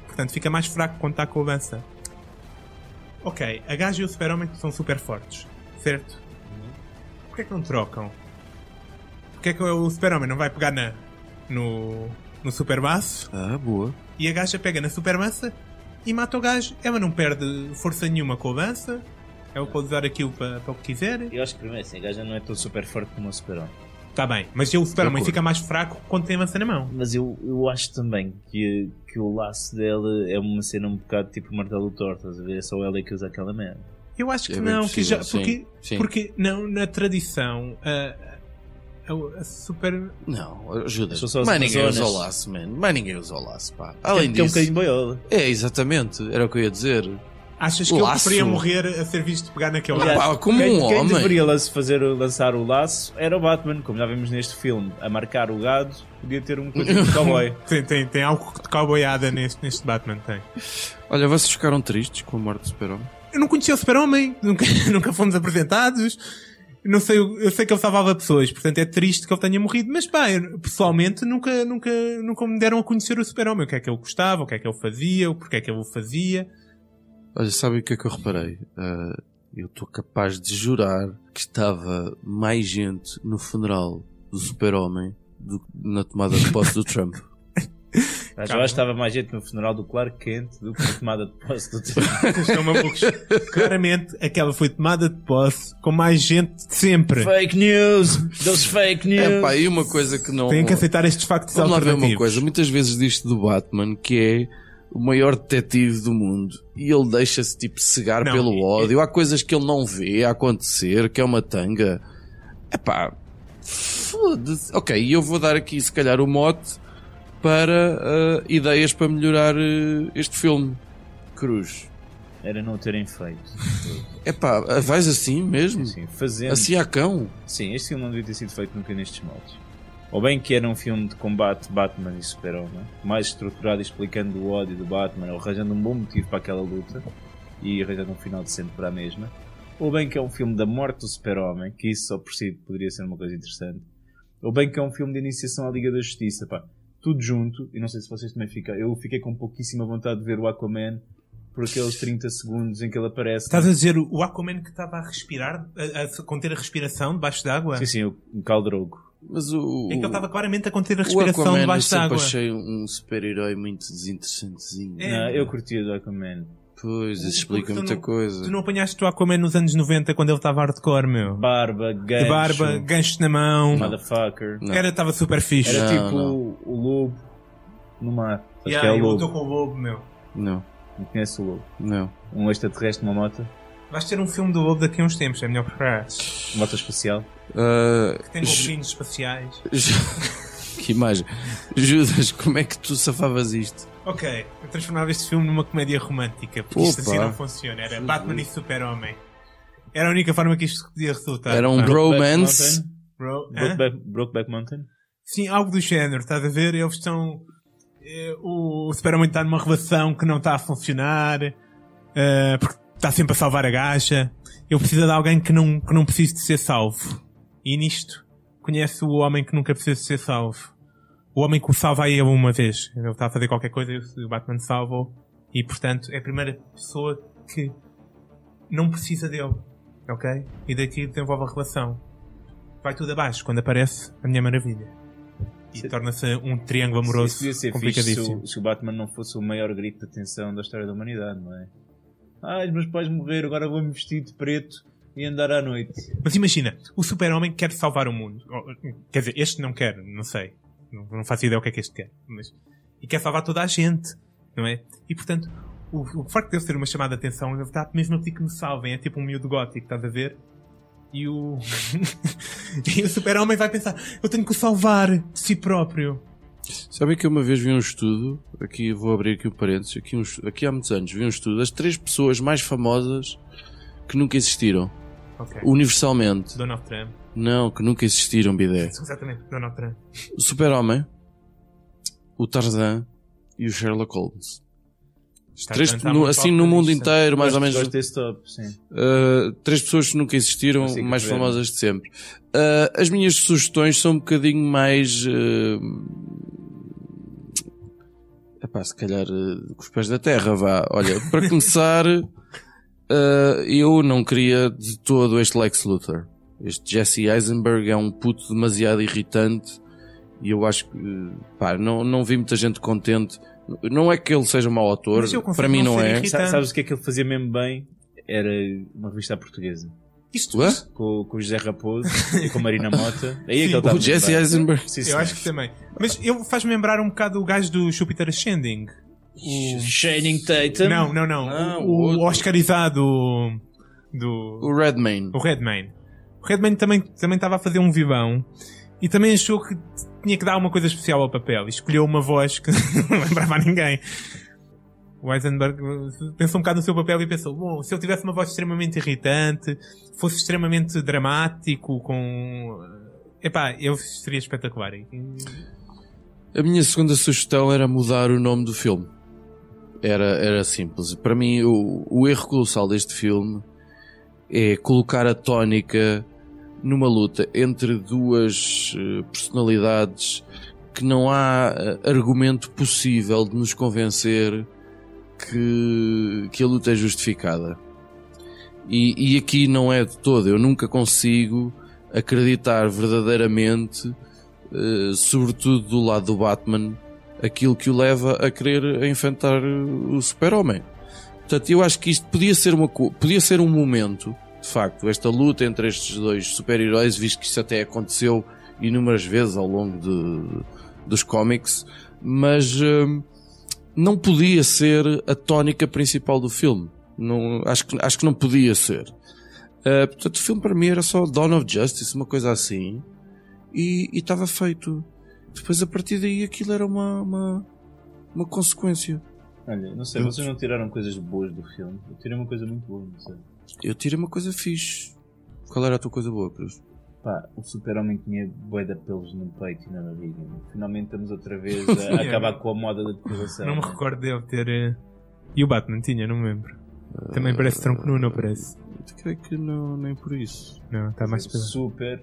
S3: Portanto, fica mais fraco quando está com a lança. Ok, a gaja e o super-homem são super fortes. Certo? Porquê que não trocam? Porquê que o super-homem não vai pegar na, no, no super-baço?
S2: Ah, boa.
S3: E a gaja pega na supermança e mata o gajo. Ela não perde força nenhuma com a lança. Ela pode usar aquilo para o que quiser.
S4: Eu acho que primeiro, assim, a gaja não é tão super forte como o Superman.
S3: Tá bem, mas o Superman
S2: acordo.
S3: fica mais fraco quando tem a lança na mão.
S4: Mas eu, eu acho também que, que o laço dela é uma cena um bocado tipo o martelo torto, estás a ver? É só ela que usa aquela merda.
S3: Eu acho que
S2: É bem
S3: não, que
S2: possível,
S3: já,
S2: sim,
S3: porque,
S2: sim.
S3: porque não, na tradição, a, a- a Super.
S2: Não, ajuda.
S4: São só as
S2: Mais ninguém
S4: Amazonas.
S2: usa o laço, man. Mais ninguém usa o laço, pá. Além
S4: Tem um
S2: disso.
S4: bocadinho boiola.
S2: É, exatamente. Era o que eu ia dizer.
S3: Achas
S2: O
S3: que ele
S2: laço.
S3: preferia morrer a ser visto pegar naquele
S4: Aliás,
S3: laço?
S2: Pá, como
S4: quem,
S2: um
S4: quem
S2: homem.
S4: deveria lan- fazer, lançar o laço era o Batman, como já vimos neste filme. A marcar o gado, podia ter um bocadinho de cowboy.
S3: Tem, tem, tem algo de cowboyada neste, neste Batman, tem.
S2: Olha, vocês ficaram tristes com a morte do super-homem?
S3: Eu não conhecia o Super-Homem, nunca, nunca fomos apresentados. Não sei, eu sei que ele salvava pessoas, portanto é triste que ele tenha morrido, mas pá, eu, pessoalmente nunca, nunca, nunca me deram a conhecer o Super-Homem. O que é que ele gostava, o que é que ele fazia, o porquê é que ele o fazia.
S2: Olha, sabem o que é que eu reparei? Ah, eu estou capaz de jurar que estava mais gente no funeral do super-homem do que na tomada de posse do Trump.
S4: Mas eu
S3: Calma.
S4: acho que estava mais gente no funeral do Clark Kent do que na tomada de posse do tempo.
S3: Estão malucos. Claramente, aquela foi tomada de posse com mais gente de sempre.
S4: fake news! Those fake news!
S2: É pá, e uma coisa que não.
S3: Têm que aceitar estes factos
S2: Vamos lá ver
S3: alternativos.
S2: uma coisa. Muitas vezes diz-se do Batman que é o maior detetive do mundo e ele deixa-se tipo cegar
S3: Não,
S2: pelo
S3: é-
S2: ódio. Há coisas que ele não vê a acontecer, que é uma tanga. É pá, foda-se. Ok, e eu vou dar aqui se calhar o mote para ah, ideias para melhorar ah, este filme. Cruz.
S4: Era não o terem feito.
S2: É pá, ah, vais assim mesmo?
S4: Assim, fazendo.
S2: Assim a cão?
S4: Sim, este filme não devia ter sido feito nunca nestes moldes. Ou bem que era um filme de combate Batman e Super-Homem, mais estruturado explicando o ódio do Batman, ou arranjando um bom motivo para aquela luta e arranjando um final decente para a mesma. Ou bem que é um filme da morte do Super-Homem, que isso só por si poderia ser uma coisa interessante. Ou bem que é um filme de iniciação à Liga da Justiça, pá. Tudo junto, e não sei se vocês também ficaram. Eu fiquei com pouquíssima vontade de ver o Aquaman por aqueles 30 segundos em que ele aparece.
S3: Estás a dizer o Aquaman que estava a respirar, a, a conter a respiração debaixo d'água?
S4: Sim, sim, o um caldrogo.
S2: Mas o.
S3: É que ele estava claramente a conter a
S2: o
S3: respiração
S2: Aquaman eu
S3: debaixo
S2: sempre
S3: d'água.
S2: achei um super-herói muito desinteressantezinho.
S3: É.
S4: Não, eu curti o Aquaman.
S2: Pois, isso
S3: Porque
S2: explica
S3: tu
S2: muita
S3: não-
S2: coisa.
S3: Tu não apanhaste o Aquaman nos anos 90 quando ele estava hardcore, meu?
S4: Barba, gancho.
S3: De barba, gancho na mão.
S4: Motherfucker.
S2: Não.
S3: Era, estava super fixe.
S4: Era
S2: Não,
S4: tipo
S2: não.
S4: o- o lobo no mar. Acho
S3: Yeah,
S4: que é o
S3: eu
S4: lobo.
S3: estou com o lobo, meu.
S2: Não,
S4: Não conhece o lobo.
S2: não.
S4: Um extraterrestre numa moto.
S3: Vais ter um filme do lobo daqui a uns tempos, é melhor preparar. Que
S4: Moto espacial.
S2: Ah,
S3: tem
S2: Ju-
S3: golfinhos espaciais.
S2: Ju- que imagem. Judas, como é que tu safavas isto?
S3: Ok, eu transformava este filme numa comédia romântica, porque isto
S2: Opa.
S3: assim não funciona. Era Batman e Super-Homem. Era a única forma que isto podia resultar.
S2: Era um
S3: Pá.
S2: bromance.
S3: Bro- Hã?
S4: Brokeback, Brokeback Mountain.
S3: Sim, algo do género, estás a ver? Eles estão. eh, O o Superman está numa relação que não está a funcionar, eh, porque está sempre a salvar a gaja. Ele precisa de alguém que não, que não precise de ser salvo. E nisto, conhece o homem que nunca precisa de ser é tá salvo. O homem que o salva a ele uma vez. Ele está a fazer qualquer coisa e o Batman salva-o. E portanto é a primeira pessoa que não precisa dele. Ok? E daqui desenvolve a relação. Vai tudo abaixo quando aparece a Mulher Maravilha. E torna-se um triângulo amoroso
S4: Isso devia ser fixe se
S3: complicadíssimo.
S4: o, se o Batman não fosse o maior grito de atenção da história da humanidade, não é? Ai, os meus pais morreram, agora vou-me vestir de preto e andar à noite.
S3: Mas imagina, o super-homem quer salvar o mundo. Ou, Quer dizer, este não quer, não sei. Não, não faço ideia o que é que este quer. Mas... E quer salvar toda a gente, não é? E portanto, o, o facto de eu ser uma chamada de atenção, eu tá, mesmo a pedir que me salvem, é tipo um miúdo gótico, estás a ver? E o. e o super-homem vai pensar: eu tenho que o salvar de si próprio.
S2: Sabem que eu uma vez vi um estudo, aqui vou abrir aqui o parênteses, aqui, um estu- aqui há muitos anos vi um estudo das três pessoas mais famosas que nunca existiram,
S3: Ok.
S2: universalmente.
S3: Donald Trump.
S2: Não, que nunca existiram, bidé.
S3: Exatamente, Donald Trump.
S2: O Super-Homem, o Tarzan e o Sherlock Holmes. Três,
S3: Portanto, há
S2: no-
S3: tá muito né?
S2: assim no
S3: alto
S2: mundo
S3: nisto.
S2: inteiro, mais
S4: Gosto-
S2: ou menos.
S4: Gosto desse top, sim.
S2: Uh, três pessoas que nunca existiram,
S3: Assim
S4: Consigo
S2: mais
S4: ver.
S2: famosas de sempre. Uh, as minhas sugestões são um bocadinho mais. Uh... Epá, se calhar uh, com os pés da terra, vá. Olha, para começar, uh, eu não queria de todo este Lex Luthor. Este Jesse Eisenberg é um puto demasiado irritante e eu acho que, uh, pá, não, não vi muita gente contente. Não é que ele seja mau autor,
S3: Mas eu consigo
S2: para mim
S3: não
S2: não
S3: ser
S2: é.
S3: irritante.
S4: Sa-
S3: Então-
S4: Sabes o que é que ele fazia mesmo bem? Era uma revista à portuguesa.
S3: Isto,
S2: Hã?
S4: Com, com o José Raposo e com a Marina Mota. Aí é que ele estava
S2: O
S4: muito
S2: Jesse
S4: bem.
S2: Eisenberg.
S4: Sim,
S3: Eu
S4: senhor.
S3: acho que também. Mas eu faz-me lembrar um bocado o gajo do Jupiter Ascending. O-
S4: Channing Tatum.
S3: Não, não, não.
S2: um- Não,
S3: o, o
S2: outro.
S3: Oscarizado do.
S2: O Redmayne.
S3: O Redman. O Redman também também estava a fazer um vivão e também achou que t- tinha que dar uma coisa especial ao papel e escolheu uma voz que não lembrava a ninguém. O Eisenberg uh, pensou um bocado no seu papel e pensou: bom, se eu tivesse uma voz extremamente irritante, fosse extremamente dramático, com. Epá, eu seria espetacular.
S2: A minha segunda sugestão era mudar o nome do filme. Era, era simples. Para mim, o, o erro colossal deste filme é colocar a tónica numa luta entre duas eh, personalidades que não há eh, argumento possível de nos convencer que, que a luta é justificada. E, e aqui não é de todo. Eu nunca consigo acreditar verdadeiramente eh, sobretudo do lado do Batman, aquilo que o leva a querer enfrentar o Super-Homem. Portanto, eu acho que isto podia ser, uma, co- podia ser um momento, de facto, esta luta entre estes dois super-heróis, visto que isto até aconteceu inúmeras vezes ao longo de- dos cómics, mas hum, não podia ser a tónica principal do filme. Não, acho, que, acho que não podia ser. Eh, portanto, o filme para mim era só Dawn of Justice, uma coisa assim e e estava feito. Depois a partir daí aquilo era uma, uma, uma consequência.
S4: Olha, não sei, vocês não tiraram coisas boas do filme. Eu tirei uma coisa muito boa, não sei.
S2: Eu tirei uma coisa fixe. Qual era a tua coisa boa, Cruz?
S4: Pá, o super-homem tinha bué de pelos no peito e na barriga. meu. Finalmente estamos outra vez a acabar com a moda da decoração.
S3: é. Não me
S4: né?
S3: recordo de eu ter. eh, E o Batman tinha, não me lembro. Também parece tronco nu, não parece?
S2: Eu creio que não, nem por isso.
S3: Não, está mais pesado.
S4: Super.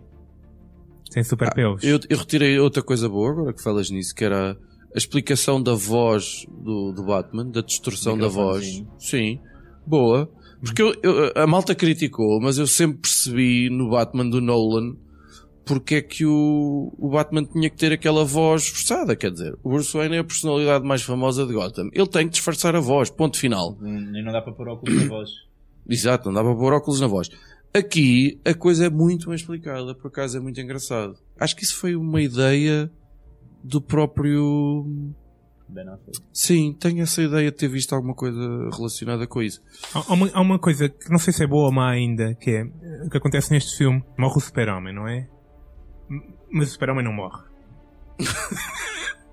S3: Sem super pelos.
S2: Ah, Eu, eu retirei outra coisa boa agora que falas nisso, que era a explicação da voz do, do Batman, da distorção da voz. Sim, boa. Porque eu- eu- a malta criticou, mas eu sempre percebi no Batman do Nolan porque é que o, o Batman tinha que ter aquela voz forçada. Quer dizer, o Bruce Wayne é a personalidade mais famosa de Gotham. Ele tem que disfarçar a voz, ponto final.
S4: Hum, E não dá para pôr óculos na voz.
S2: Exato, não dá para pôr óculos na voz. Aqui a coisa é muito bem explicada, por acaso é muito engraçado. Acho que isso foi uma ideia do próprio.
S4: Ben Affleck.
S2: Sim, tenho essa ideia de ter visto alguma coisa relacionada com isso.
S3: Há, há uma, há uma coisa que não sei se é boa ou má ainda, que é eh, o que acontece neste filme. Morre o super-homem, não é? M- Mas o super-homem não morre.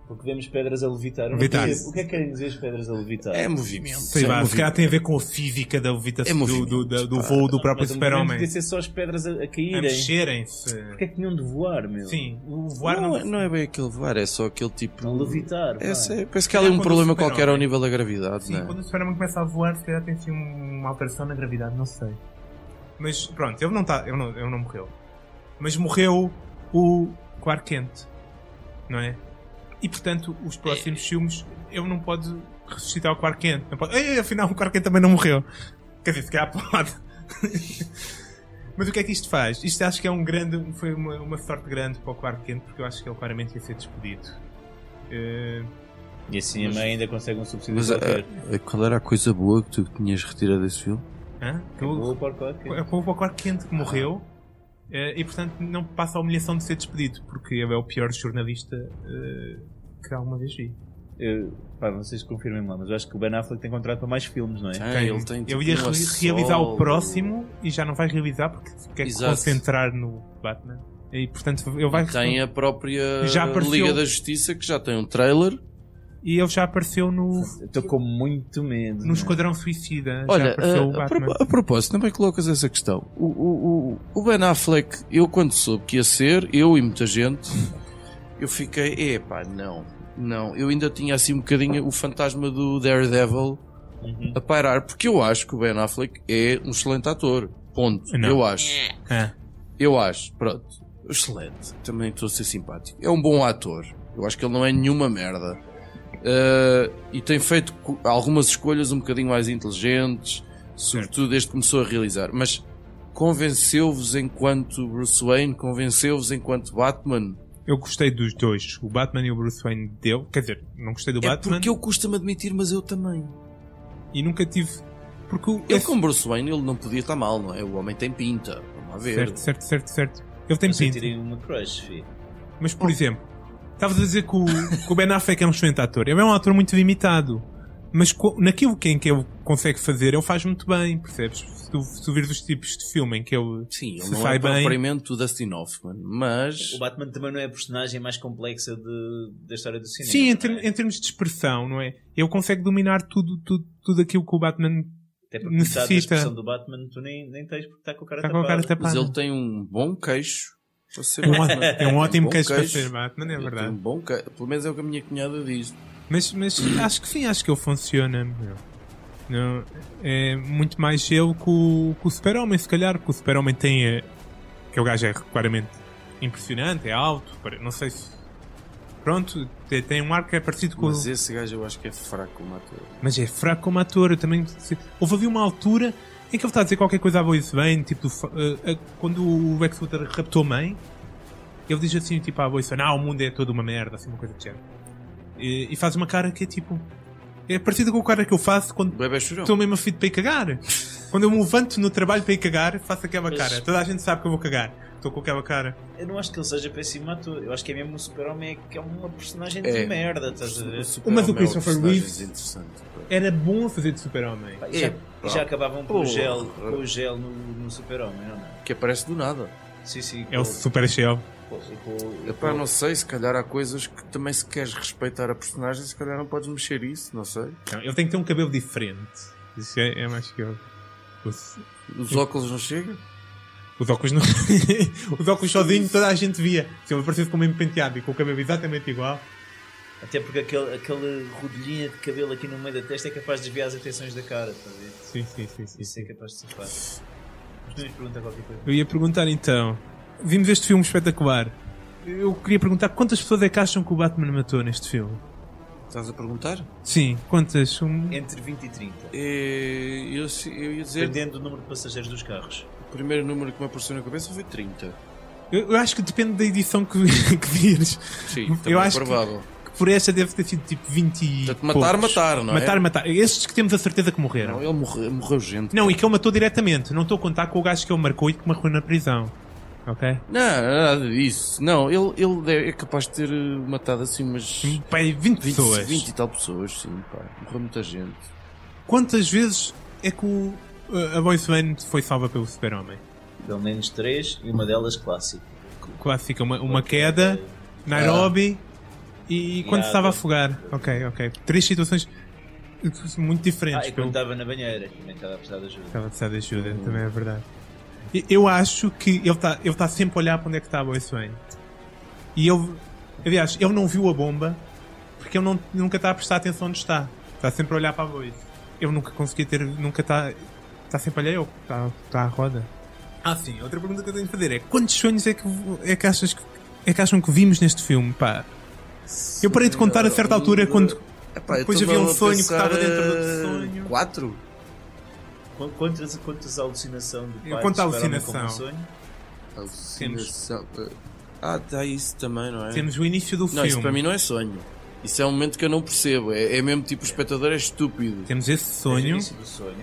S4: Porque vemos pedras a levitar. Eu não
S3: Levitar.
S4: percebo. O que é que querem dizer as pedras a levitar?
S2: É movimento.
S3: Sei
S2: é
S3: lá, se
S2: movimento.
S3: calhar tem a ver com a física da levitação,
S2: É
S3: do,
S2: movimento,
S3: do, da- do
S2: pá.
S3: voo do próprio
S4: Mas o movimento
S3: super-homem.
S4: Podia ser só as pedras a, a
S3: A
S4: caírem.
S3: mexerem-se.
S4: Porquê é que tinham de voar, meu?
S3: Sim, o voar não...
S2: não, é- não é bem aquele voar, é só aquele tipo.
S4: A levitar. pá.
S2: É, sé- parece que há ali um
S3: Quando o
S2: problema
S3: super-homem-
S2: qualquer ao nível da gravidade,
S3: Sim,
S2: não é?
S3: quando o super-homem começa a voar, se calhar tem assim uma alteração na gravidade, não sei. Mas pronto, ele não, tá, ele não, ele não morreu. Mas morreu o Clark Kent, não é? E portanto, os próximos filmes eu não posso ressuscitar o Clark Kent. Não posso... Ei, afinal, o Clark Kent também não morreu. Quer dizer, se calhar pode. Mas o que é que isto faz? Isto acho que é um grande. Foi uma, uma sorte grande para o Clark Kent, porque eu acho que ele claramente ia ser despedido. Eh,
S4: E assim a mãe ainda consegue um subsídio
S2: Mas eh,
S4: qualquer.
S2: a- a- qual era a coisa boa que tu tinhas retirado desse filme?
S3: hã?
S4: Boa para o Clark Kent.
S3: É o povo Clark Kent que morreu eh, e, portanto, não passa a humilhação de ser despedido, porque ele é o pior jornalista eh, que alguma vez vi.
S4: Eu- Pá, vocês confirmem lá, mas eu acho que o Ben Affleck tem contrato para mais filmes, não é?
S3: Tem-
S2: tipo,
S3: eu ia re- realizar o próximo e já não vai realizar porque quer
S2: Exato.
S3: concentrar no Batman. E, portanto, ele vai.
S2: Tem a própria
S3: Já apareceu-
S2: Liga da Justiça que já tem um trailer.
S3: E ele já apareceu no,
S4: Eu estou com muito medo.
S3: no
S4: não é?
S3: Esquadrão Suicida. já
S2: Olha, eh,
S3: apareceu o
S2: a, a
S3: Batman.
S2: propo- a propósito, também colocas essa questão. O, o, o, o Ben Affleck, eu quando soube que ia ser, eu e muita gente, eu fiquei, epá, não, não. Eu ainda tinha assim um bocadinho o fantasma do Daredevil a pairar, porque eu acho que o Ben Affleck é um excelente ator. Ponto.
S3: Não.
S2: Eu acho.
S3: Ah,
S2: Eu acho, pronto. Excelente. Também estou a ser simpático. É um bom ator. Eu acho que ele não é nenhuma merda. Ah, e tem feito co- algumas escolhas um bocadinho mais inteligentes, sobretudo desde que começou a realizar. Mas convenceu-vos enquanto Bruce Wayne? Convenceu-vos enquanto Batman?
S3: eu gostei dos dois, o Batman e o Bruce Wayne dele. Quer dizer, não gostei do
S2: é
S3: Batman
S2: porque eu costumo admitir, mas eu também.
S3: e nunca tive. Porque o- é
S2: Ele
S3: esse-
S2: com Bruce Wayne ele não podia estar mal, não é? O homem tem pinta. Vamos lá ver.
S3: Certo, certo, certo, certo. Ele tem pinta.
S4: Eu senti uma crush, filho.
S3: Mas, por exemplo, estavas a dizer que o, que o Ben Affleck é um excelente ator. Ele é um ator muito limitado. Mas co- naquilo que, em que ele consegue fazer, ele faz muito bem, percebes? Se tu, se tu vires os tipos de filme em que ele
S2: Sim, ele
S3: se
S2: não
S3: sai
S2: é
S3: bem.
S2: propriamente o Dustin Hoffman, mas...
S4: O Batman também não é a personagem mais complexa de- da história do cinema.
S3: Sim, em,
S4: não
S3: ter-
S4: é?
S3: em termos de expressão, não é? Ele consegue dominar tudo, tudo, tudo aquilo que o Batman
S4: Até porque metade da
S3: necessita.
S4: expressão do Batman tu nem, nem tens porque está com a cara
S3: está tá com
S4: tapada.
S3: a cara
S2: Mas
S3: tapada.
S2: ele tem um bom queixo para ser
S3: É um
S2: Batman.
S3: ótimo- é um ótimo
S2: bom
S3: queixo para ser Batman, é
S2: Ele
S3: verdade.
S2: Tem um bom queixo. Pelo menos é o que a minha cunhada diz.
S3: Mas, mas acho que sim, acho que ele funciona. meu. Não, é muito mais ele que o, que o Super-Homem, se calhar, porque o Super-Homem tem. eh, Que o gajo é claramente impressionante, é alto, pare- não sei se. Pronto, te- tem um ar que é parecido com.
S2: Mas esse gajo eu acho que é fraco como ator.
S3: Mas é fraco como ator, eu também. se- Houve ali uma altura em que ele está a dizer qualquer coisa a Boyce Bane, tipo, fa- eh, eh, quando o Lex Luthor raptou a mãe, ele diz assim, tipo, à Boyce Bane, ah, o mundo é toda uma merda, assim, uma coisa do género. E, e faz uma cara que é tipo. É parecida com a cara que eu faço
S2: O
S3: quando
S2: bebê chorou.
S3: estou mesmo aflito para ir cagar. quando eu me levanto no trabalho para ir cagar, faço aquela
S4: Mas-
S3: cara. Toda a gente sabe que eu vou cagar. Estou com aquela cara.
S4: Eu não acho que ele seja péssimo ator. Eu acho que é mesmo o Super-Homem é que é uma personagem
S2: É.
S4: de merda, estás a ver?
S3: Mas o Christopher Reeves-
S2: Reeve.
S3: Era bom fazer de super-homem.
S4: Pá, e já,
S2: É,
S4: e já acabavam com
S2: Porra.
S4: o gel, com o gel no, no Super-Homem, não é?
S2: Que aparece do nada.
S4: Sim, sim.
S3: É o
S4: com-
S3: super Shell.
S4: com- e com- e
S2: Epá,
S4: com-
S2: É não sei, se calhar há coisas que também se queres respeitar a personagem, se calhar não podes mexer isso, não sei.
S3: Não, Ele tem que ter um cabelo diferente. Isso é, é mais que eu. Os,
S2: Os óculos não chegam?
S3: os óculos não. os óculos sozinho toda a gente via. Se ele aparecesse com o mesmo penteado e com o cabelo exatamente igual.
S4: Até porque aquele, aquele rodelinha de cabelo aqui no meio da testa é capaz de desviar as atenções da cara, estás a ver?
S3: Sim, sim, sim, sim.
S4: Isso é capaz de ser fácil. Mas tu me pergunta qualquer coisa.
S3: Eu ia perguntar então. Vimos este filme espetacular. Eu queria perguntar quantas pessoas é que acham que o Batman matou neste filme?
S2: Estás a perguntar?
S3: Sim, quantas? Um...
S4: Entre 20 e 30.
S2: Eh, Eu, eu ia dizer,
S4: Dependendo do número de passageiros dos carros.
S2: o primeiro número que me apareceu na cabeça foi 30.
S3: Eu, eu acho que depende da edição que, que vires.
S2: Sim, também
S3: eu
S2: é
S3: acho que-
S2: provável.
S3: Que por esta deve ter sido tipo 20 e.
S2: Portanto, matar,
S3: poucos.
S2: matar, não é?
S3: Matar, matar. Estes que temos a certeza que morreram.
S2: Não, ele morreu, morreu gente.
S3: Não, e que ele matou diretamente. Não estou a contar com o gajo que ele marcou e que marcou na prisão. Ok?
S2: Não, nada disso. Não, ele, ele deve- é capaz de ter eh, matado assim umas
S3: Pai, 20
S2: 20,
S3: pessoas.
S2: 20 e tal pessoas, sim, pá. Morreu muita gente.
S3: Quantas vezes é que o, eh, a- a Voice Lane foi salva pelo Super-Homem?
S4: Pelo menos 3 e uma delas clássica.
S3: Clássica, uma, uma queda, Nairobi e quando
S4: Ah,
S3: se estava a
S4: bem.
S3: afogar. Ok, ok. Três situações muito
S4: Ah,
S3: diferentes.
S4: e quando estava na banheira, também estava a precisar de ajuda.
S3: Estava a precisar de ajuda, também é verdade. E- Eu acho que ele está ele tá sempre a olhar para onde é que está a Boyce Wayne. E ele, aliás, ele não viu a bomba porque ele não- nunca está a prestar atenção onde está. Está sempre a olhar para a Boyce. Eu nunca consegui ter, nunca está. Está sempre a olhar eu, está tá à roda. Ah, sim, outra pergunta que eu tenho de fazer é: quantos sonhos é que, é que, achas, que- é que acham que vimos neste filme? Pá, eu parei de contar a certa altura quando
S2: eh,
S8: Epá, eu
S3: Depois
S8: estou
S3: havia um
S8: a
S3: sonho que
S8: pensar,
S3: estava dentro do
S8: eh,
S3: sonho.
S8: Quatro?
S4: Qu- Quantas, quantas alucinação do
S3: Eu
S4: pai
S3: conto a
S4: superaram
S3: alucinação.
S4: como um sonho?
S2: Assim,
S8: Alucinação. Ah, tá isso também, não é?
S3: Temos o início do
S2: Não,
S3: filme.
S2: isso para mim não é sonho. Isso é um momento que eu não percebo. É, é mesmo tipo o espectador é estúpido.
S3: Temos esse
S4: Tens o
S3: sonho
S4: início do sonho.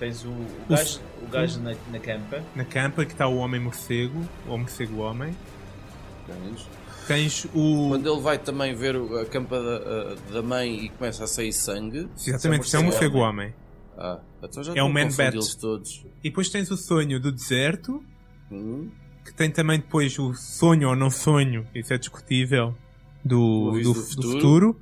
S4: Tens o, o gajo, o gajo na, na campa.
S3: na campa que está o homem morcego, o morcego homem.
S2: pelo menos.
S3: Tens o.
S2: Tá, Quando ele vai também ver o- a campa da, a- da mãe e começa a sair sangue.
S3: Exatamente, isso é um morcego homem.
S2: Ah, então já
S3: É
S2: estou
S3: um
S2: a
S3: man
S2: confundir
S3: bat.
S2: eles todos.
S3: E depois tens o sonho do deserto,
S2: Hum?
S3: que tem também depois o sonho ou não sonho, isso é discutível, do,
S2: Luz
S3: do,
S2: do
S3: do futuro.
S2: futuro.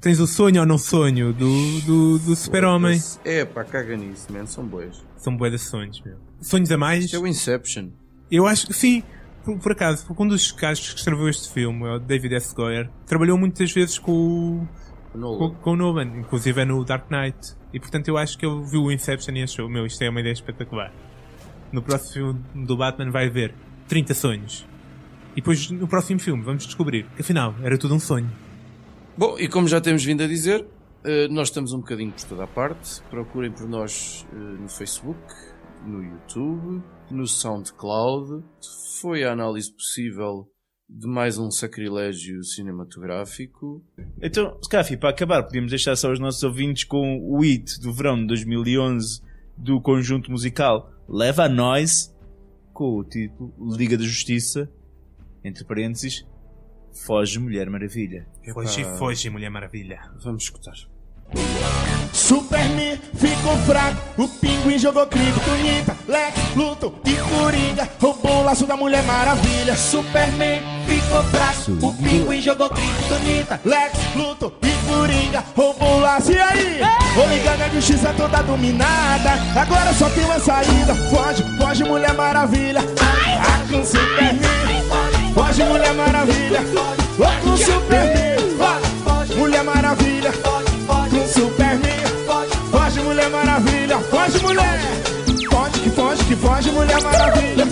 S3: Tens o sonho ou não sonho do, do, do super-homem.
S2: É pá, caga nisso, man. São bois.
S3: São boas sonhos, meu. Sonhos a mais?
S2: Isto é o Inception.
S3: Eu acho que sim. Por, por acaso, porque um dos gajos que escreveu este filme, é o David S. Goyer, trabalhou muitas vezes com o,
S2: O
S3: com,
S2: Nolan.
S3: com o Nolan, inclusive é no Dark Knight. E portanto eu acho que ele viu o Inception e achou, meu, isto é uma ideia espetacular. No próximo filme do Batman vai haver 30 sonhos. E depois no próximo filme vamos descobrir que afinal era tudo um sonho.
S2: Bom, e como já temos vindo a dizer, eh, nós estamos um bocadinho por toda a parte. Procurem por nós eh, no Facebook, no YouTube, no SoundCloud. Foi a análise possível de mais um sacrilégio cinematográfico.
S4: Então, Scafi, para acabar, podíamos deixar só os nossos ouvintes com o hit do verão de 2011 do conjunto musical Leva a Nós, com o título Liga da Justiça, entre parênteses, Foge Mulher Maravilha.
S3: Foge, foge, Mulher Maravilha.
S2: Vamos escutar.
S9: Superman ficou fraco, o pinguim jogou criptonita, Lex Luthor e Coringa roubou o laço da Mulher Maravilha. Superman ficou fraco, o pinguim jogou criptonita, Lex Luthor e Coringa roubou o laço. E aí? Vou ligar na justiça toda dominada, agora só tem uma saída. Foge, foge Mulher Maravilha, vai com Superman. Foge Mulher Maravilha, vai com Superman. Foge, Mulher Maravilha, com Superman. Foge, Mulher Maravilha, foge, mulher. Foge, que foge, que foge, Mulher Maravilha.